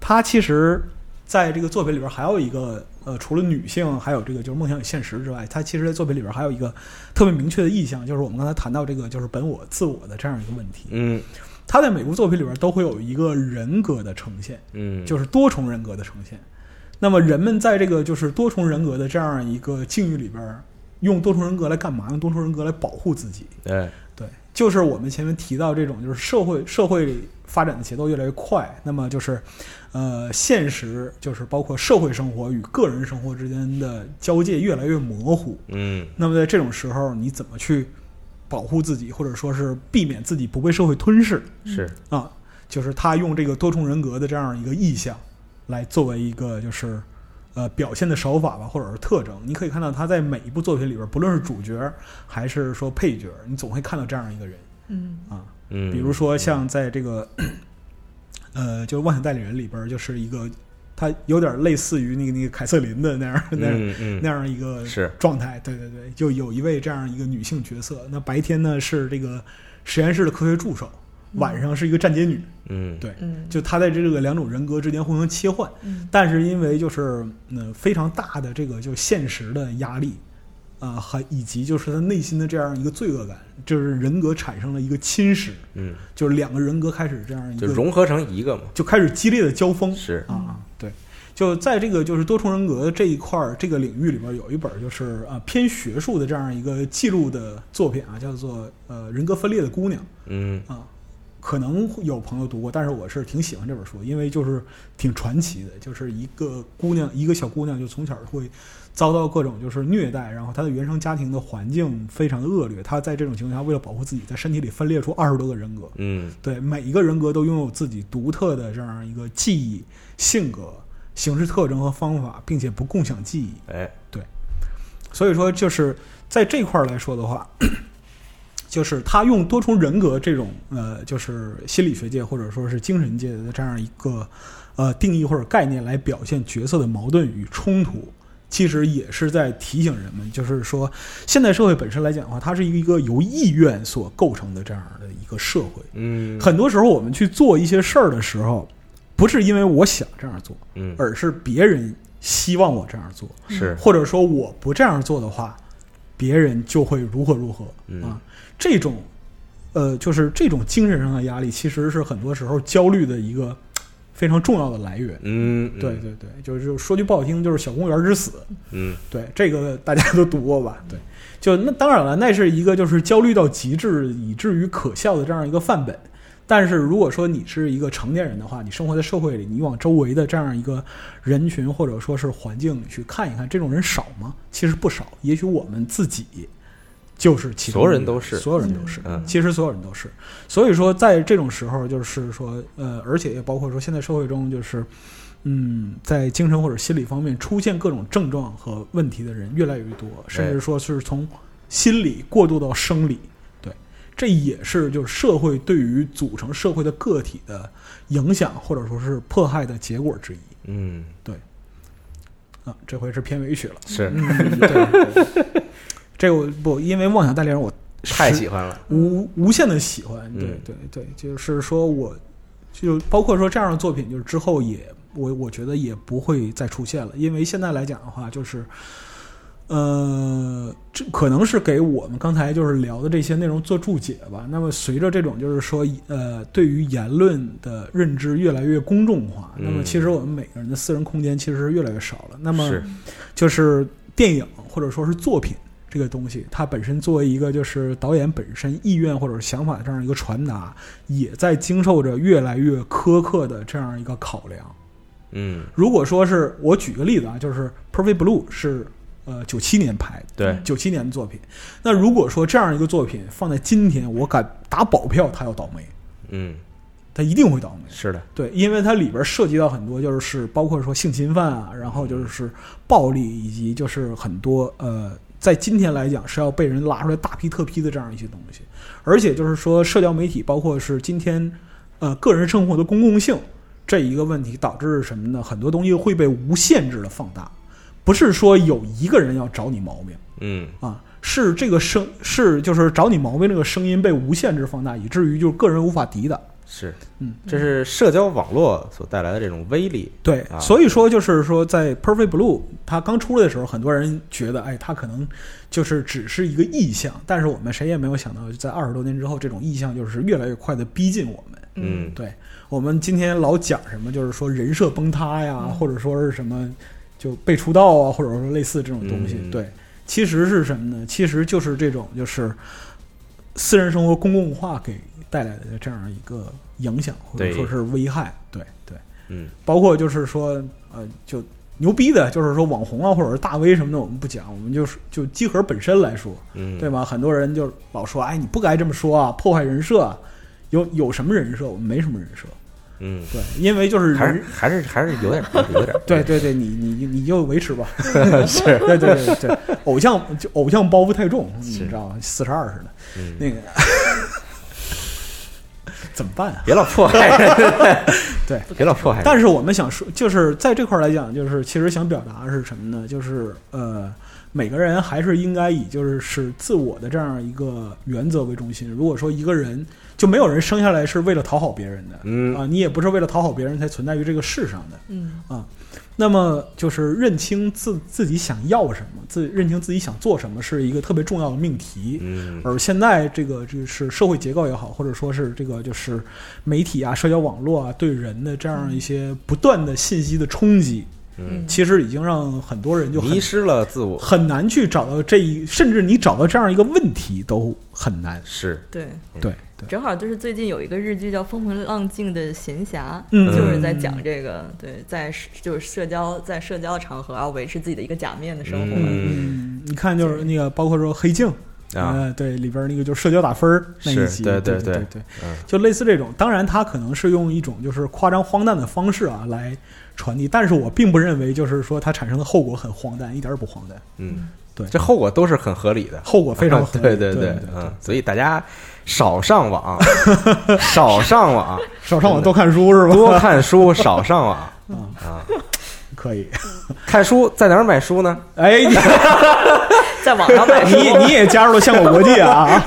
他其实在这个作品里边还有一个呃，除了女性，还有这个就是梦想与现实之外，他其实在作品里边还有一个特别明确的意向，就是我们刚才谈到这个就是本我、自我的这样一个问题。嗯他在每部作品里边都会有一个人格的呈现，嗯，就是是多重人格的呈现。那么人们在这个就是多重人格的这样一个境遇里边儿，用多重人格来干嘛？用多重人格来保护自己。对，对，就是我们前面提到这种，就是社会社会发展的节奏越来越快，那么就是，呃，现实就是包括社会生活与个人生活之间的交界越来越模糊。嗯那么在这种时候，你怎么去保护自己，或者说是避免自己不被社会吞噬是啊？就是他用这个多重人格的这样一个意象，来作为一个就是。呃，表现的手法吧，或者是特征，你可以看到他在每一部作品里边，不论是主角还是说配角，你总会看到这样一个人。嗯啊，嗯，比如说像在这个，呃，就是《妄想代理人》里边儿，就是一个，他有点类似于那个那个凯瑟琳的那样那样、嗯嗯那样一个是状态，对对对，就有一位这样一个女性角色，那白天呢是这个实验室的科学助手，晚上是一个站街女，嗯对，嗯就她在这个两种人格之间互相切换，嗯但是因为就是嗯、呃非常大的这个就现实的压力，啊、还以及就是他内心的这样一个罪恶感，就是人格产生了一个侵蚀，嗯，就是两个人格开始这样一就个融合成一个嘛，就开始激烈的交锋是啊嗯啊，对。就在这个就是多重人格这一块儿这个领域里边，有一本就是啊偏学术的这样一个记录的作品啊，叫做呃人格分裂的姑娘嗯啊，可能有朋友读过，但是我是挺喜欢这本书，因为就是挺传奇的，就是一个姑娘，一个小姑娘就从小会遭到各种就是虐待，然后她的原生家庭的环境非常的恶劣，她在这种情况下为了保护自己，在身体里分裂出二十多个人格，嗯对，每一个人格都拥有自己独特的这样一个记忆、性格、形式特征和方法，并且不共享记忆。哎所以说，就是在这块儿来说的话，就是他用多重人格这种呃，就是心理学界或者说是精神界的这样一个呃定义或者概念来表现角色的矛盾与冲突。其实也是在提醒人们，就是说，现代社会本身来讲的话，它是一个由意愿所构成的这样的一个社会。嗯很多时候我们去做一些事儿的时候，不是因为我想这样做，嗯而是别人希望我这样做，是或者说我不这样做的话，别人就会如何如何嗯啊。这种，呃，就是这种精神上的压力，其实是很多时候焦虑的一个非常重要的来源。嗯嗯对对对，就是就是说句不好听，就是小公务员之死。嗯对，这个大家都读过吧？对，就那当然了，那是一个就是焦虑到极致以至于可笑的这样一个范本。但是如果说你是一个成年人的话，你生活在社会里，你往周围的这样一个人群或者说是环境去看一看，这种人少吗？其实不少，也许我们自己就是其中所有人一个都是所有人都是，嗯其实所有人都是。所以说，在这种时候，就是说，呃，而且也包括说，现在社会中就是，嗯，在精神或者心理方面出现各种症状和问题的人越来越多，甚至说是从心理过渡到生理，对，这也是就是社会对于组成社会的个体的影响或者说是迫害的结果之一嗯，啊。这回是片尾曲了，是嗯，对， *laughs* 这个我不因为妄想代理人我太实喜欢了，无无限的喜欢，对嗯对对，就是说我就包括说这样的作品，就是之后也我我觉得也不会再出现了，因为现在来讲的话，就是呃，这可能是给我们刚才就是聊的这些内容做注解吧。那么随着这种就是说呃，对于言论的认知越来越公众化，那么嗯其实我们每个人的私人空间其实是越来越少了。那么是就是电影或者说是作品这个东西，它本身作为一个就是导演本身意愿或者是想法的这样一个传达，也在经受着越来越苛刻的这样一个考量。嗯，如果说是我举个例子啊，就是《Perfect Blue》是呃九七年拍的，对，九七年的作品。那如果说这样一个作品放在今天，我敢打保票它要倒霉，嗯，它一定会倒霉。是的，对，因为它里边涉及到很多，就是包括说性侵犯啊，然后就是暴力，以及就是很多呃，在今天来讲是要被人拉出来大批特批的这样一些东西，而且就是说社交媒体，包括是今天呃个人生活的公共性这一个问题，导致什么呢？很多东西会被无限制的放大，不是说有一个人要找你毛病。嗯，啊，是这个声是就是找你毛病这个声音被无限制放大，以至于就是个人无法抵挡。是，嗯，这是社交网络所带来的这种威力，对，啊所以说就是说，在 Perfect Blue 它刚出来的时候，很多人觉得，哎，它可能就是只是一个意象，但是我们谁也没有想到，在二十多年之后，这种意象就是越来越快的逼近我们。嗯，对我们今天老讲什么，就是说人设崩塌呀，嗯或者说是什么就被出道啊，或者说类似这种东西。嗯对，其实是什么呢？其实就是这种就是私人生活公共化给带来的这样一个影响，或者对说是危害。对对。嗯，包括就是说，呃，就牛逼的，就是说网红啊，或者是大 V 什么的，我们不讲，我们就是就集合本身来说，嗯，对吗？很多人就老说，哎，你不该这么说啊，破坏人设啊，有有什么人设？我们没什么人设，嗯，对，因为就是还是人，还是还是有点有点，对对对，你你你就 *laughs* 维持吧，是，对对对对，偶像就偶像包袱太重，你是知道吗？四十二似的，嗯，那个 *laughs* 怎么办啊？别老迫害人，对，别老迫害人，但是我们想说，就是在这块儿来讲，就是其实想表达的是什么呢？就是呃，每个人还是应该以就是是自我的这样一个原则为中心。如果说一个人就没有人生下来是为了讨好别人的，嗯啊、你也不是为了讨好别人才存在于这个世上的。嗯那么就是认清自自己想要什么，自认清自己想做什么，是一个特别重要的命题。嗯，而现在这个就是社会结构也好，或者说是这个就是媒体啊、社交网络啊对人的这样一些不断的信息的冲击，嗯，其实已经让很多人就很迷失了自我，很难去找到这一，甚至你找到这样一个问题都很难。是，对，对对，正好就是最近有一个日剧叫《风平浪静的闲暇》，嗯就是在讲这个，对，在社就是社交在社交场合啊要维持自己的一个假面的生活。嗯嗯，你看就是那个，包括说《黑镜》啊呃，对，里边那个就是社交打分儿那一是集，对对对对对对嗯就类似这种。当然，他可能是用一种就是夸张荒诞的方式啊来传递，但是我并不认为就是说它产生的后果很荒诞，一点儿也不荒诞，嗯，对这后果都是很合理的，啊后果非常合理。 *laughs* 对对对对，嗯，所以大家少上 *laughs* 网，少上网，少上网多看书是吧？多看书，少上网啊，啊！ *laughs* 可以。看书在哪儿买书呢？哎，你在网上买书，你也你也加入了香果国际啊！啊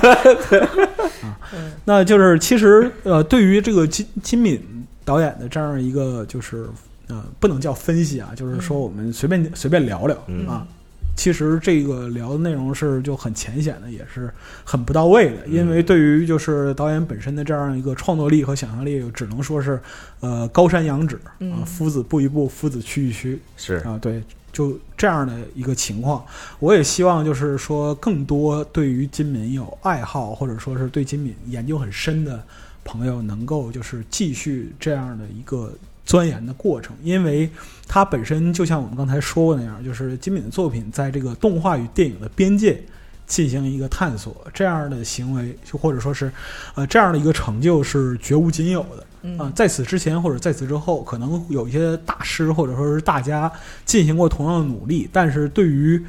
嗯那就是其实呃，对于这个金金敏导演的这样一个就是呃，不能叫分析啊，就是说我们随便随便聊聊嗯啊。其实这个聊的内容是就很浅显的，也是很不到位的，因为对于就是导演本身的这样一个创作力和想象力，只能说是呃高山仰止啊，嗯夫子步一步，夫子趋一趋，是，啊，对，就这样的一个情况。我也希望就是说，更多对于金敏有爱好，或者说是对金敏研究很深的朋友，能够就是继续这样的一个钻研的过程，因为它本身就像我们刚才说过那样，就是金敏的作品在这个动画与电影的边界。进行一个探索，这样的行为，就或者说是，呃，这样的一个成就是绝无仅有的。啊嗯，在此之前或者在此之后，可能有一些大师或者说是大家进行过同样的努力，但是对于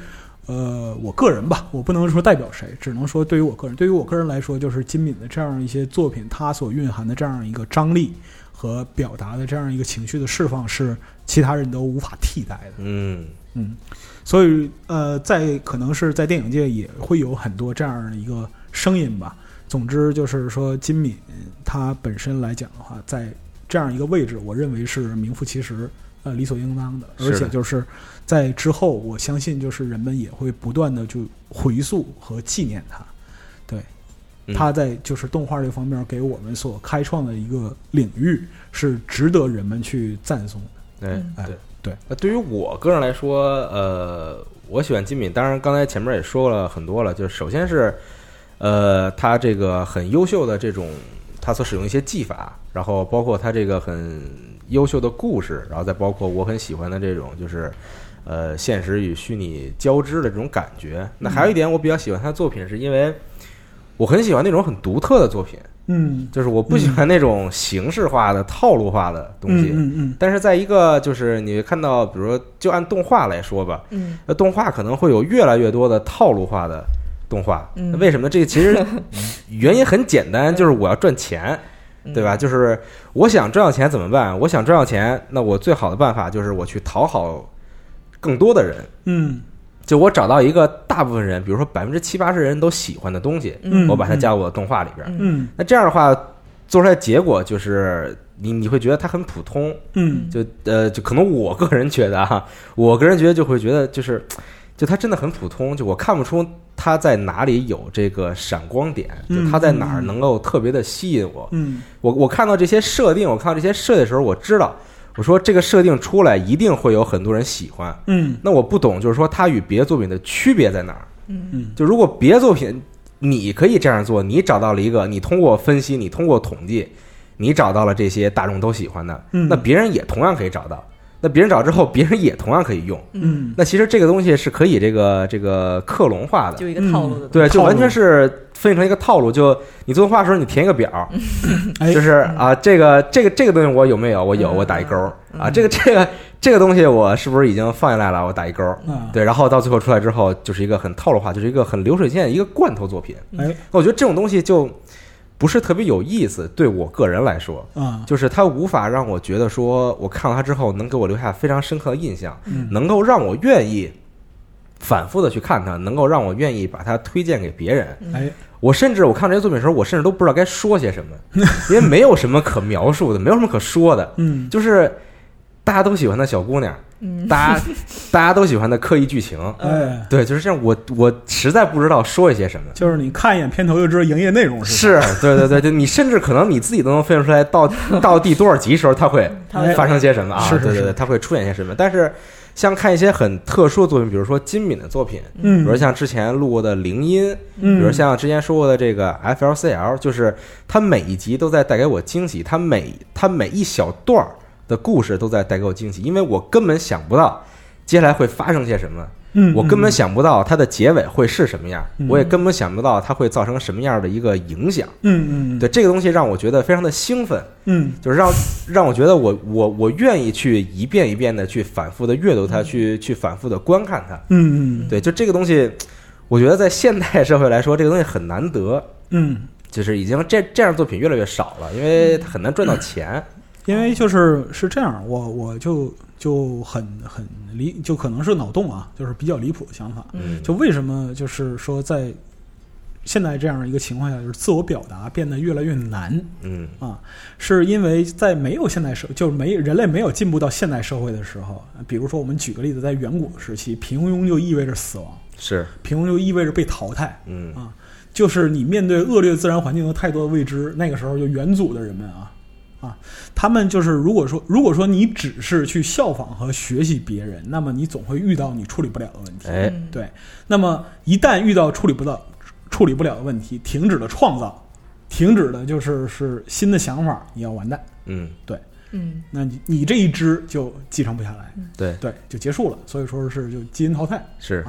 呃，我个人吧，我不能说代表谁，只能说对于我个人，对于我个人来说，就是金敏的这样一些作品，它所蕴含的这样一个张力和表达的这样一个情绪的释放，是其他人都无法替代的。嗯嗯，所以呃，在可能是在电影界也会有很多这样的一个声音吧。总之就是说，金敏他本身来讲的话，在这样一个位置，我认为是名副其实，呃，理所应当的。是的而且就是在之后，我相信就是人们也会不断的就回溯和纪念他。对，嗯他在就是动画这方面给我们所开创的一个领域，是值得人们去赞颂的。哎嗯哎对对。那对于我个人来说，呃，我喜欢金敏，当然刚才前面也说了很多了，就是首先是呃，他这个很优秀的这种他所使用一些技法，然后包括他这个很优秀的故事，然后再包括我很喜欢的这种就是。呃，现实与虚拟交织的这种感觉。那还有嗯一点，我比较喜欢他的作品，是因为我很喜欢那种很独特的作品，嗯，就是我不喜欢那种形式化的、套路化的东西。嗯嗯嗯但是在一个就是你看到，比如说就按动画来说吧，嗯，那动画可能会有越来越多的套路化的动画。嗯那为什么呢？这其 *laughs* 实原因很简单，就是我要赚钱，嗯对吧？？就是我想赚到钱怎么办？我想赚到钱，那我最好的办法就是我去讨好更多的人，嗯就我找到一个大部分人，比如说百分之七八十人都喜欢的东西，嗯我把它加入我的动画里边。嗯嗯那这样的话，做出来的结果就是你你会觉得它很普通，嗯就呃，就可能我个人觉得啊，我个人觉得就会觉得就是，就它真的很普通，就我看不出它在哪里有这个闪光点，就嗯它在哪儿能够特别的吸引我。嗯我我看到这些设定，我看到这些设计的时候，我知道，我说这个设定出来一定会有很多人喜欢。嗯那我不懂，就是说它与别的作品的区别在哪儿？嗯嗯就如果别的作品你可以这样做，你找到了一个，你通过分析，你通过统计，你找到了这些大众都喜欢的，嗯那别人也同样可以找到，那别人找之后，别人也同样可以用。嗯，那其实这个东西是可以这个这个克隆化的，就一个套路的东西。对，就套路完全是分析成一个套路。就你做动画的时候，你填一个表，哎就是啊，这个这个这个东西我有没有？我有，嗯我打一勾嗯啊。这个这个这个东西我是不是已经放下来了？我打一勾。啊对，然后到最后出来之后，就是一个很套路化，就是一个很流水线，一个罐头作品。哎那我觉得这种东西就不是特别有意思，对我个人来说，啊就是它无法让我觉得说我看了它之后能给我留下非常深刻的印象，嗯能够让我愿意反复的去看它，能够让我愿意把它推荐给别人。哎我甚至我看这些作品的时候，我甚至都不知道该说些什么，因为没有什么可描述的，没有什么可说的，嗯就是大家都喜欢的小姑娘，嗯大家大家都喜欢的刻意剧情，*laughs* 哎，对，就是这样。我我实在不知道说一些什么。就是你看一眼片头就知道营业内容是是 *laughs* 对对对，就你甚至可能你自己都能分出来 *laughs* 到到第多少集时候它会它会发生些什么啊？是是对对是对，它会出演些什么？但是像看一些很特殊的作品，比如说金敏的作品，什么，比如嗯像之前录过的《铃音》，嗯，比如像之前说过的这个 FLCL，就是它每一集都在带给我惊喜，它每它每一小段儿的故事都在带给我惊喜，因为我根本想不到接下来会发生些什么。嗯， *laughs* 我根本想不到它的结尾会是什么样，嗯我也根本想不到它会造成什么样的一个影响。嗯嗯嗯对这个东西让我觉得非常的兴奋，嗯就是让 *laughs* 让我觉得我我我愿意去一遍一遍的去反复的阅读它，嗯去去反复的观看它。嗯嗯对，就这个东西，我觉得在现代社会来说，这个 *laughs* 东西很难得，嗯，就是已经这这样的作品越来越少了，因为它很难赚到钱。因为就是是这样，我我就就很很离，就可能是脑洞啊，就是比较离谱的想法。嗯就为什么就是说在现在这样一个情况下，就是自我表达变得越来越难，嗯啊，是因为在没有现代社，就是没人类没有进步到现代社会的时候，比如说我们举个例子，在远古时期，平庸就意味着死亡，是，平庸就意味着被淘汰嗯啊，就是你面对恶劣自然环境的太多的未知，那个时候就远祖的人们啊。啊，他们就是如果说如果说你只是去效仿和学习别人，那么你总会遇到你处理不了的问题。哎，嗯对，那么一旦遇到处理不到、处理不了的问题，停止了创造，停止的就是是新的想法，你要完蛋。嗯，嗯那你你这一支就继承不下来，对，对，就结束了。所以说是就基因淘汰。啊是，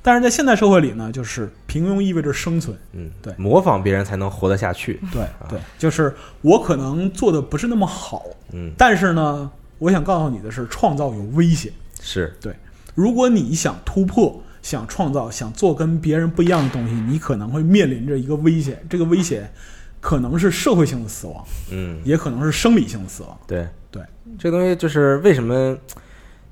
但是在现代社会里呢，就是平庸意味着生存，嗯，对模仿别人才能活得下去。对对，就是我可能做的不是那么好，嗯，但是呢，我想告诉你的是，创造有危险。是，如果你想突破，想创造、想做跟别人不一样的东西，你可能会面临着一个危险，这个危险可能是社会性的死亡，嗯，也可能是生理性的死亡。对对，这东西就是为什么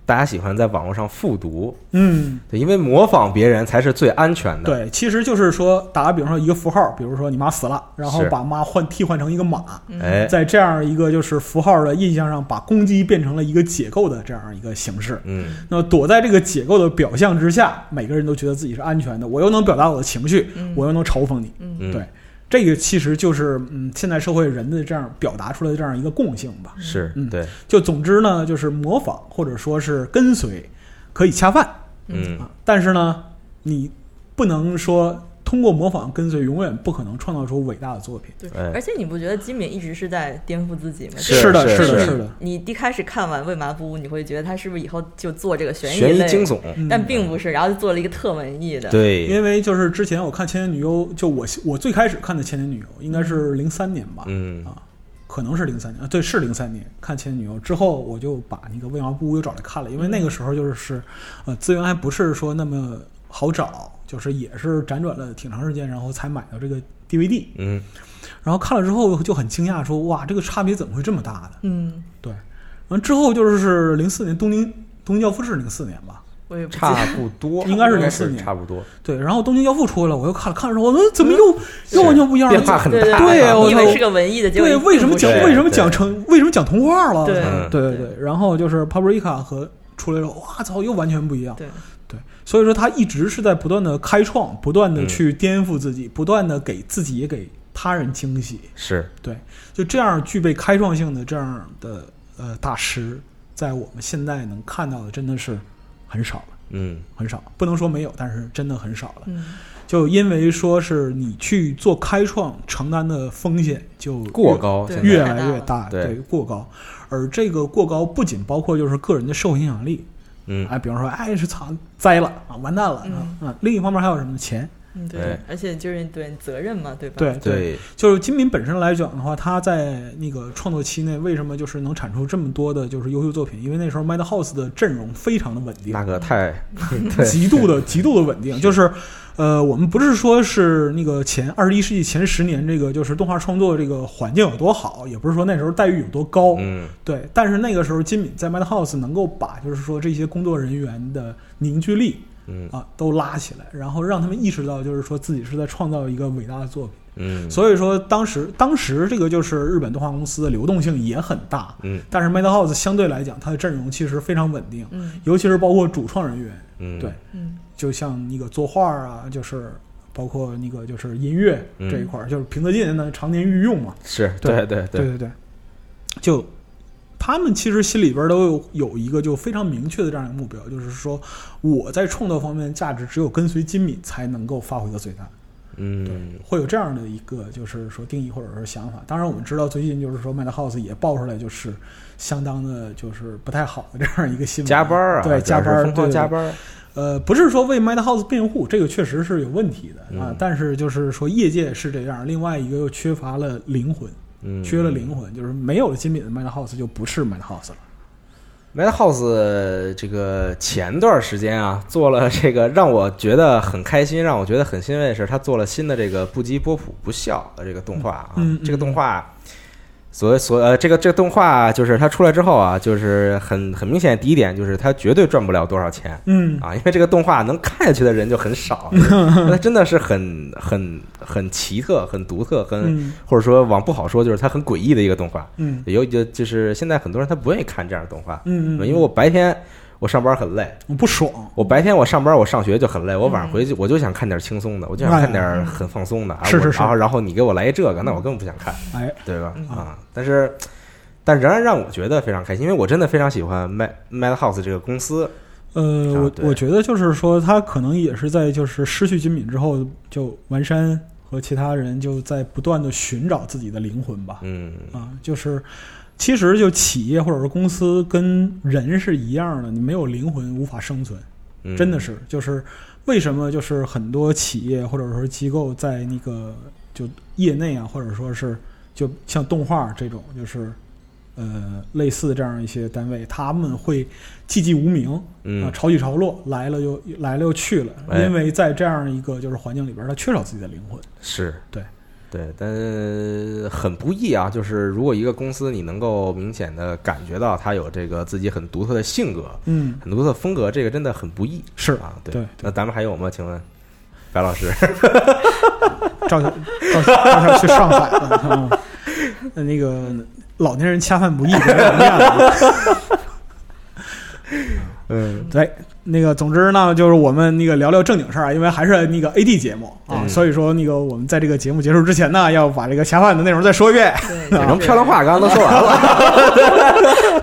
大家喜欢在网络上复读，嗯，对，因为模仿别人才是最安全的。对，嗯其实就是说，打个比方说一个符号，比如说你妈死了，然后是把妈换替换成一个马，哎，在这样一个就是符号的印象上，把攻击变成了一个解构的这样一个形式。嗯，那么躲在这个解构的表象之下，每个人都觉得自己是安全的，我又能表达我的情绪，我又能嘲讽你。嗯对，这个其实就是嗯，现代社会人的这样表达出来的这样一个共性吧。是嗯对，就总之呢，就是模仿或者说是跟随，可以恰饭。嗯啊，但是呢，你不能说通过模仿跟随，永远不可能创造出伟大的作品。对哎，而且你不觉得金敏一直是在颠覆自己吗？是的，是是是的，是的。你一开始看完《未麻布屋》，你会觉得他是不是以后就做这个悬疑悬疑类惊悚，嗯但并不是，然后就做了一个特文艺的。，对，因为就是之前我看《千年女优》，就我我最开始看的《千年女优》应该是零三年吧，嗯啊，可能是零三年，啊对，是零三年看《千年女优》之后，我就把那个《未麻布屋》又找来看了，因为那个时候就是是，呃，资源还不是说那么好找，就是也是辗转了挺长时间，然后才买到这个 DVD，嗯然后看了之后就很惊讶说，哇，这个差别怎么会这么大呢？嗯，对，完之后就是零四年东京东京教父是零四年吧？我也不记得差不多，应该是是04年差不多，对，然后东京教父出来了，我又看了看了之后，嗯，怎么又、又完全不一样了？变化很对对大，对啊我你以为操是个文艺的，结果对，为什么讲对为什么对讲成为什么讲童话了？对嗯对对对。然后就是 Paprika 和出来之后，哇操，又完全不一样。对，对，所以说他一直是在不断的开创，不断的嗯去颠覆自己，不断的给自己也给他人惊喜。是对，就这样具备开创性的这样的呃大师，在我们现在能看到的真的是很少了，嗯很少，不能说没有，但是真的很少了。嗯，就因为说是你去做开创，承担的风险就越过高，现在越来越大，对过高。而这个过高不仅包括就是个人的社会影响力，嗯哎，比方说，哎，是操栽了啊，完蛋了啊、啊！另一方面还有什么钱？嗯对对，而且就是对责任嘛，对吧？对，对，就是金敏本身来讲的话，他在那个创作期内为什么就是能产出这么多的就是优秀作品？因为那时候 Madhouse 的阵容非常的稳定，那个太对极度的极度的稳定，就是。呃，我们不是说是那个前二十一世纪前十年这个就是动画创作这个环境有多好，也不是说那时候待遇有多高，嗯对。但是那个时候金敏在 Madhouse 能够把就是说这些工作人员的凝聚力嗯啊都拉起来，然后让他们意识到就是说自己是在创造一个伟大的作品。嗯，所以说，当时当时这个就是日本动画公司的流动性也很大，嗯但是 Madhouse 相对来讲，它的阵容其实非常稳定，嗯尤其是包括主创人员，嗯对，嗯就像那个作画啊，就是包括那个就是音乐嗯这一块儿，就是平泽进呢常年御用嘛，是对对对对对对，就他们其实心里边都有有一个就非常明确的这样一个目标，就是说我在创造方面的价值只有跟随金敏才能够发挥到最大。嗯会有这样的一个就是说定义或者说想法。当然，我们知道最近就是说 Madhouse 也爆出来就是相当的就是不太好的这样一个新闻，加班儿啊，对主要加是班儿疯狂对加班儿，呃，不是说为 Madhouse 辩护，这个确实是有问题的啊。嗯但是就是说业界是这样，另外一个又缺乏了灵魂，嗯，缺了灵魂，就是没有了金敏的 Madhouse 就不是 Madhouse 了。 Madhouse 这个前段时间啊，做了这个让我觉得很开心、让我觉得很欣慰的是，他做了新的这个不羁波普不笑的这个动画啊。嗯嗯这个动画，所谓所呃，这个这个动画就是它出来之后啊，就是很很明显，第一点就是它绝对赚不了多少钱嗯，啊，因为这个动画能看下去的人就很少， *laughs* 它真的是很很很奇特、很独特、很嗯或者说往不好说就是它很诡异的一个动画。嗯有就就是现在很多人他不愿意看这样的动画，嗯，因为我白天我上班很累，我不爽，我白天我上班我上学就很累，我晚上回去我就想看点轻松的，我就想看点很放松的。啊嗯哎是我是是然后然后你给我来一这个，那我根本不想看，哎，对吧？嗯啊，但是但仍然让我觉得非常开心，因为我真的非常喜欢 Mad Madhouse 这个公司。呃，啊我对我觉得就是说，他可能也是在就是失去金敏之后，就完山和其他人就在不断的寻找自己的灵魂吧。嗯啊，就是其实就企业或者是公司跟人是一样的，你没有灵魂无法生存，嗯，真的是就是为什么就是很多企业或者说机构在那个就业内啊，或者说是就像动画这种就是呃类似这样一些单位，他们会寂寂无名啊，嗯潮起潮落，来了又来了又去了，哎因为在这样一个就是环境里边，他缺少自己的灵魂。是对对，但是很不易啊。就是如果一个公司你能够明显的感觉到它有这个自己很独特的性格、嗯，很独特的风格，这个真的很不易是啊。对，对对那咱们还有吗？请问白老 *laughs* 师？赵小赵小赵小去上海了， *laughs* 嗯呃那个老年人恰饭不易，别给我面子。 *laughs* 嗯，对，哎那个，总之呢，就是我们那个聊聊正经事儿啊，因为还是那个 AD 节目啊，嗯所以说那个我们在这个节目结束之前呢，要把这个恰饭的内容再说一遍。 *laughs* 对，整成就是漂亮话，刚刚都说完了。啊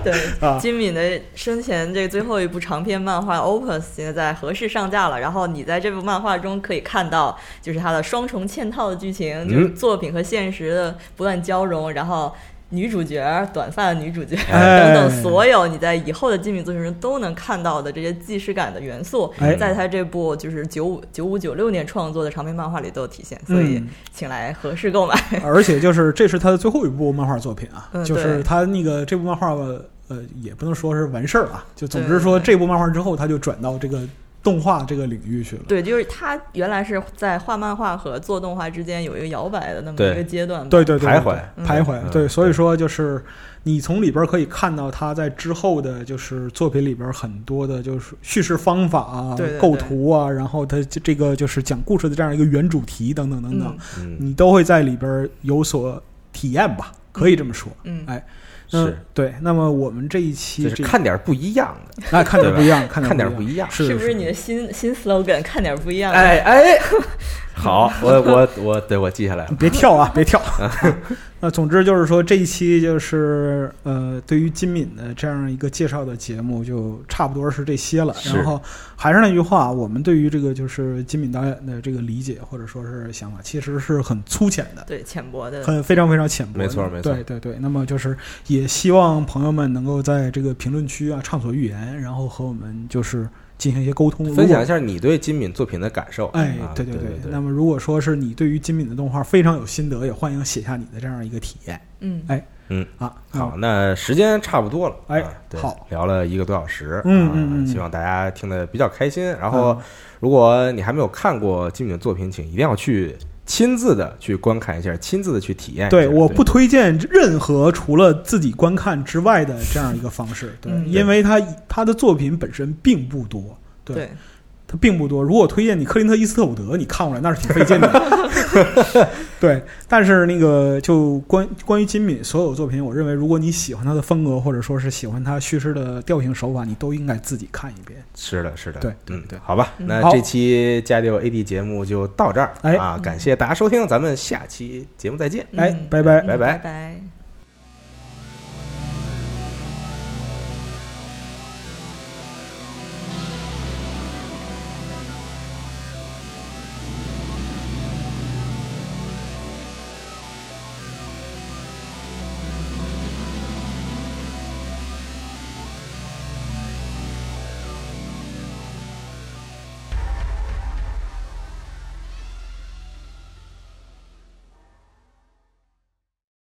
*laughs* 对，金敏的生前这最后一部长篇漫画《Opus》现在在合适上架了。然后你在这部漫画中可以看到，就是它的双重嵌套的剧情，就是作品和现实的不断交融，然后。女主角、短发的女主角哎等等，所有你在以后的金敏作品中都能看到的这些既视感的元素，哎在他这部就是九五九五九六年创作的长篇漫画里都有体现，所以嗯请来合适购买。 *laughs* 而且就是这是他的最后一部漫画作品啊，嗯 *laughs* 就是对他那个这部漫画呃也不能说是完事儿啊，就总之对说对这部漫画之后他就转到这个动画这个领域去了。对，就是他原来是在画漫画和做动画之间有一个摇摆的那么对一个阶段吧。对对对，徘徊对徘徊，嗯对，嗯所以说就是你从里边可以看到他在之后的，就是作品里边很多的，就是叙事方法啊、对对对构图啊，然后他这这个就是讲故事的这样一个原主题等等等等嗯，嗯，你都会在里边有所体验吧，可以这么说。嗯，哎，那是，对，那么我们这一期就是这看点儿不一样 *laughs* 的，哎看对点吧不一样，看看点点儿不一一样，样。是不是你的新新 slogan？看点不一样。，啊哎哎，好，我我我，对我记下来了。 *laughs* 别跳啊，*laughs* 别跳。那总之就是说，这一期就是呃，对于金敏的这样一个介绍的节目，就差不多是这些了。是然后还是那句话，我们对于这个就是金敏导演的这个理解或者说是想法，其实是很粗浅的。对，浅薄的。很非常非常浅薄的，没错没错对对对。那么就是也希望朋友们能够在这个评论区啊畅所欲言，然后和我们就是进行一些沟通，分如果享一下你对金敏作品的感受。哎啊，对对对。对那，么如果说是你对于金敏的动画非常有心得，也欢迎写下你的这样一个体验嗯，嗯，啊。好，那时间差不多了，哎啊对好聊了一个多小时，嗯啊嗯嗯希望大家听得比较开心。然嗯，后，如果你还没有看过金敏的作品，请一定要去亲自的去观看一下，亲自的去体验一下。对，我不推荐任何除了自己观看之外的这样一个方式，对，嗯因为他他的作品本身并不多，对对，它并不多。如果我推荐你克林特·伊斯特伍德，你看过来那是挺费 *laughs* 劲的。对，但是那个就关关于金敏所有作品，我认为如果你喜欢他的风格，或者说是喜欢他叙事的调性手法，你都应该自己看一遍。是的，是的，对对嗯，对好吧，嗯那好这期加六 AD 节目就到这儿哎啊，感谢大家收听，咱们下期节目再见。嗯哎，拜拜。嗯拜拜拜。